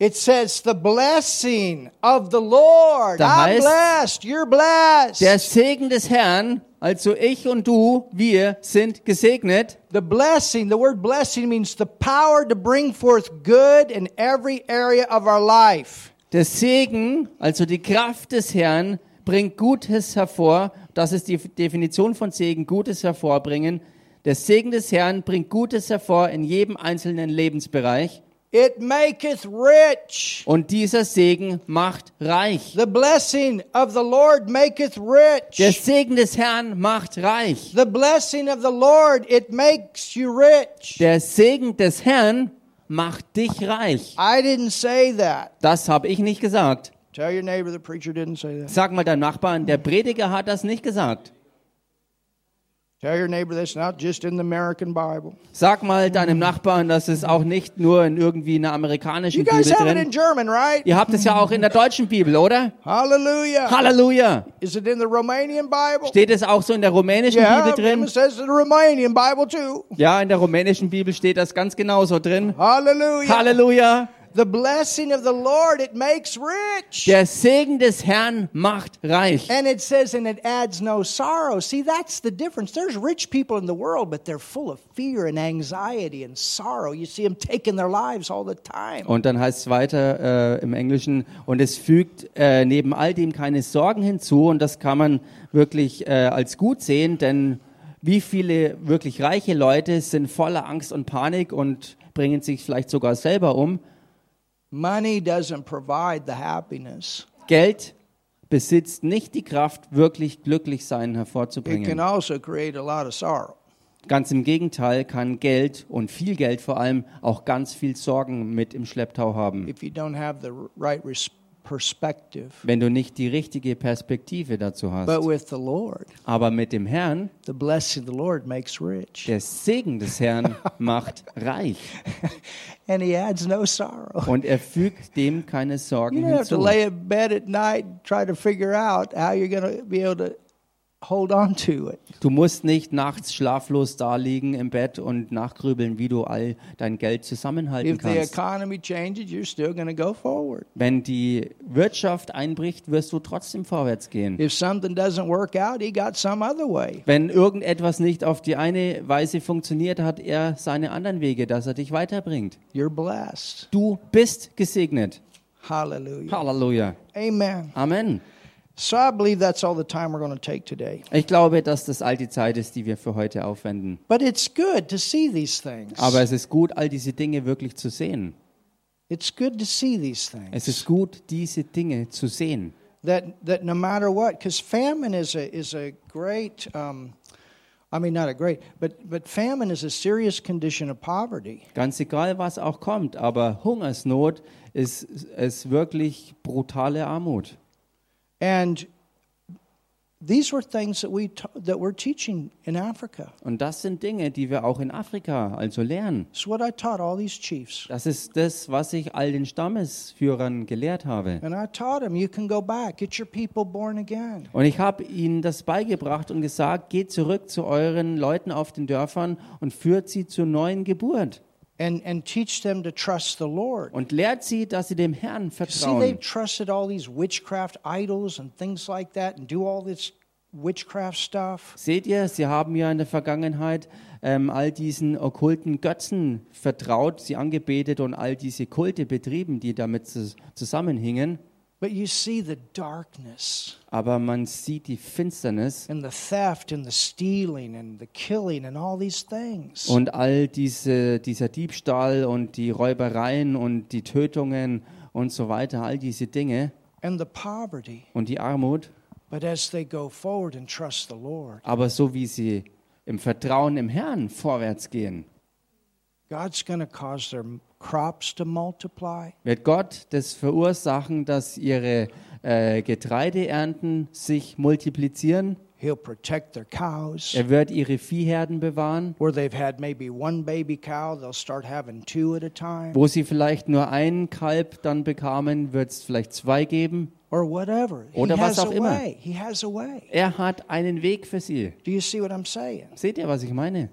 Speaker 1: It says, The blessing of the Lord.
Speaker 2: Da
Speaker 1: I'm
Speaker 2: heißt-
Speaker 1: blessed. You're blessed.
Speaker 2: Der Segen des Herrn, also ich und du, wir sind gesegnet.
Speaker 1: The blessing, the word blessing means the power to bring forth good in every area of our life.
Speaker 2: Der Segen, also die Kraft des Herrn, bringt Gutes hervor. Das ist die Definition von Segen, Gutes hervorbringen. Der Segen des Herrn bringt Gutes hervor in jedem einzelnen Lebensbereich.
Speaker 1: It maketh rich.
Speaker 2: Und dieser Segen macht reich.
Speaker 1: The blessing of the Lord maketh rich.
Speaker 2: Der Segen des Herrn macht reich.
Speaker 1: The blessing of the Lord, it makes you rich.
Speaker 2: Der Segen des Herrn macht dich reich.
Speaker 1: I didn't say that.
Speaker 2: Das habe ich nicht gesagt.
Speaker 1: Tell your neighbor the preacher didn't say that.
Speaker 2: Sag mal deinem Nachbarn, der Prediger hat das nicht gesagt.
Speaker 1: Tell your neighbor that's not just in the American Bible.
Speaker 2: Sag mal deinem Nachbarn, das ist auch nicht nur in irgendwie einer amerikanischen
Speaker 1: You guys
Speaker 2: Bibel
Speaker 1: have it
Speaker 2: drin.
Speaker 1: in German, right?
Speaker 2: Ihr habt es ja auch in der deutschen Bibel, oder?
Speaker 1: Hallelujah.
Speaker 2: Halleluja!
Speaker 1: Is it in the Romanian Bible?
Speaker 2: Steht es auch so in der rumänischen
Speaker 1: Yeah,
Speaker 2: Bibel
Speaker 1: it
Speaker 2: drin?
Speaker 1: says in the Romanian Bible too.
Speaker 2: Ja, in der rumänischen Bibel steht das ganz genauso drin.
Speaker 1: Hallelujah.
Speaker 2: Halleluja!
Speaker 1: The blessing of the Lord, it makes rich.
Speaker 2: Der Segen des Herrn macht reich.
Speaker 1: And it says, and it adds no sorrow. See, that's the difference. There's rich people in the world, but they're full of fear and anxiety and sorrow. You see them taking their lives all the time.
Speaker 2: Und dann heißt es weiter äh, im Englischen, und es fügt äh, neben all dem keine Sorgen hinzu, und das kann man wirklich äh, als gut sehen, denn wie viele wirklich reiche Leute sind voller Angst und Panik und bringen sich vielleicht sogar selber um.
Speaker 1: Money doesn't provide the happiness,
Speaker 2: Geld besitzt nicht die Kraft, wirklich glücklich
Speaker 1: it
Speaker 2: sein
Speaker 1: can
Speaker 2: hervorzubringen.
Speaker 1: also create a lot of sorrow.
Speaker 2: Ganz im Gegenteil kann Geld und viel Geld vor allem auch ganz viel Sorgen mit im Schlepptau haben,
Speaker 1: If you don't have the right res- perspective,
Speaker 2: wenn du nicht die richtige Perspektive dazu hast.
Speaker 1: but with the Lord,
Speaker 2: Aber mit dem Herrn
Speaker 1: the blessing of the Lord makes rich,
Speaker 2: Der Segen des Herrn macht reich
Speaker 1: and He adds no sorrow.
Speaker 2: und er fügt dem keine
Speaker 1: You
Speaker 2: Sorgen
Speaker 1: don't have to
Speaker 2: hinzu.
Speaker 1: lay in bed at night and try to figure out how you're going to be able to hold on to it.
Speaker 2: Du musst nicht nachts schlaflos daliegen im Bett und nachgrübeln, wie du all dein Geld zusammenhalten
Speaker 1: If the
Speaker 2: kannst.
Speaker 1: economy changes, you're still going to go forward.
Speaker 2: Wenn die Wirtschaft einbricht, wirst du trotzdem vorwärts gehen.
Speaker 1: If something doesn't work out, he got some other way.
Speaker 2: Wenn irgendetwas nicht auf die eine Weise funktioniert, hat er seine anderen Wege, dass er dich weiterbringt.
Speaker 1: You're blessed.
Speaker 2: Du bist gesegnet.
Speaker 1: Hallelujah.
Speaker 2: Halleluja.
Speaker 1: Amen.
Speaker 2: Amen.
Speaker 1: So I believe that's all the time we're going to take today.
Speaker 2: Ich glaube, dass das all die Zeit ist, die wir für heute aufwenden.
Speaker 1: But it's good to see these things.
Speaker 2: Aber es ist gut, all diese Dinge wirklich zu sehen.
Speaker 1: It's good to see these
Speaker 2: Es
Speaker 1: things.
Speaker 2: ist gut, diese Dinge zu sehen.
Speaker 1: That that no matter what, because famine is a is a great. Um, I mean, not a great, but but famine is a serious condition of poverty.
Speaker 2: Ganz egal, was auch kommt, aber Hungersnot ist, ist wirklich brutale Armut.
Speaker 1: And these were things that we ta- that we're teaching in Africa.
Speaker 2: Und das sind Dinge, die wir auch in Afrika also lernen.
Speaker 1: It's what I taught all these chiefs.
Speaker 2: Das ist das, was ich all den Stammesführern gelehrt habe.
Speaker 1: And I taught them, you can go back, get your people born again.
Speaker 2: Und ich habe ihnen das beigebracht und gesagt, geht zurück zu euren Leuten auf den Dörfern und führt sie zur neuen Geburt.
Speaker 1: And, and teach them to trust the Lord.
Speaker 2: Und lehrt sie, dass sie dem Herrn
Speaker 1: See, they
Speaker 2: vertrauen.
Speaker 1: trusted all these witchcraft idols and things like that and do all this witchcraft stuff.
Speaker 2: Seht ihr, sie haben ja in der Vergangenheit ähm, all diesen okkulten Götzen vertraut, sie angebetet und all diese Kulte betrieben, die damit zus- zusammenhingen.
Speaker 1: But you see the darkness
Speaker 2: Aber man sieht die Finsternis
Speaker 1: and the theft and the stealing and the killing and all these things.
Speaker 2: und all diese, dieser Diebstahl und die Räubereien und die Tötungen und so weiter, all diese Dinge.
Speaker 1: and the poverty.
Speaker 2: und die Armut.
Speaker 1: But as they go forward and trust the Lord,
Speaker 2: Aber so wie sie im Vertrauen im Herrn vorwärts gehen,
Speaker 1: God's going to cause their crops to multiply.
Speaker 2: wird Gott das verursachen, dass ihre äh, Getreideernten sich multiplizieren.
Speaker 1: He'll protect their cows.
Speaker 2: Er wird ihre Viehherden bewahren.
Speaker 1: Where they've had maybe one baby cow, they'll start having two at a time
Speaker 2: Wo sie vielleicht nur ein Kalb dann bekamen, wird es vielleicht zwei geben.
Speaker 1: or whatever. He
Speaker 2: Oder was
Speaker 1: has a
Speaker 2: auch immer.
Speaker 1: way. He has a way.
Speaker 2: Er hat einen Weg für sie.
Speaker 1: Do you see what I'm saying?
Speaker 2: Seht ihr, was ich meine?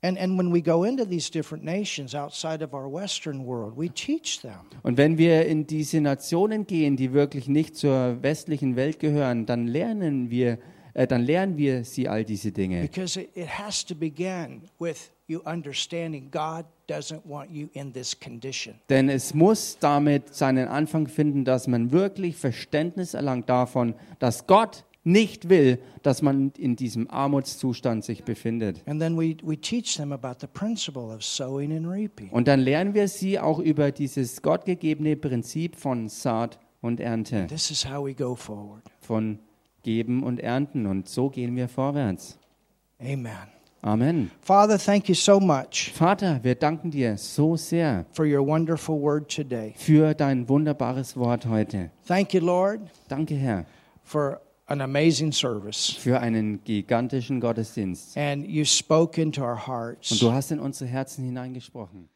Speaker 1: And, and when we go into these different nations outside of our Western world, we teach them.
Speaker 2: Und wenn wir in diese Nationen gehen, die wirklich nicht zur westlichen Welt gehören, dann lernen wir, äh, dann lernen wir sie all diese Dinge.
Speaker 1: Because it, it has to begin with you understanding God doesn't want you in this condition.
Speaker 2: Denn es muss damit seinen Anfang finden, dass man wirklich Verständnis erlangt davon, dass Gott nicht will, dass man in diesem Armutszustand sich befindet.
Speaker 1: And then we, we teach them about the principle of sowing and reaping.
Speaker 2: Und dann lernen wir sie auch über dieses gottgegebene Prinzip von Saat und Ernte,
Speaker 1: This is how we go forward.
Speaker 2: von Geben und Ernten. Und so gehen wir vorwärts.
Speaker 1: Amen.
Speaker 2: Amen.
Speaker 1: Father, thank you so much
Speaker 2: Vater, wir danken dir so sehr
Speaker 1: for your wonderful word today.
Speaker 2: für dein wunderbares Wort heute.
Speaker 1: Thank you, Lord,
Speaker 2: Danke, Herr,
Speaker 1: for an amazing service.
Speaker 2: für einen gigantischen Gottesdienst.
Speaker 1: And you spoke into our
Speaker 2: Und
Speaker 1: hearts.
Speaker 2: du hast in unsere Herzen hineingesprochen.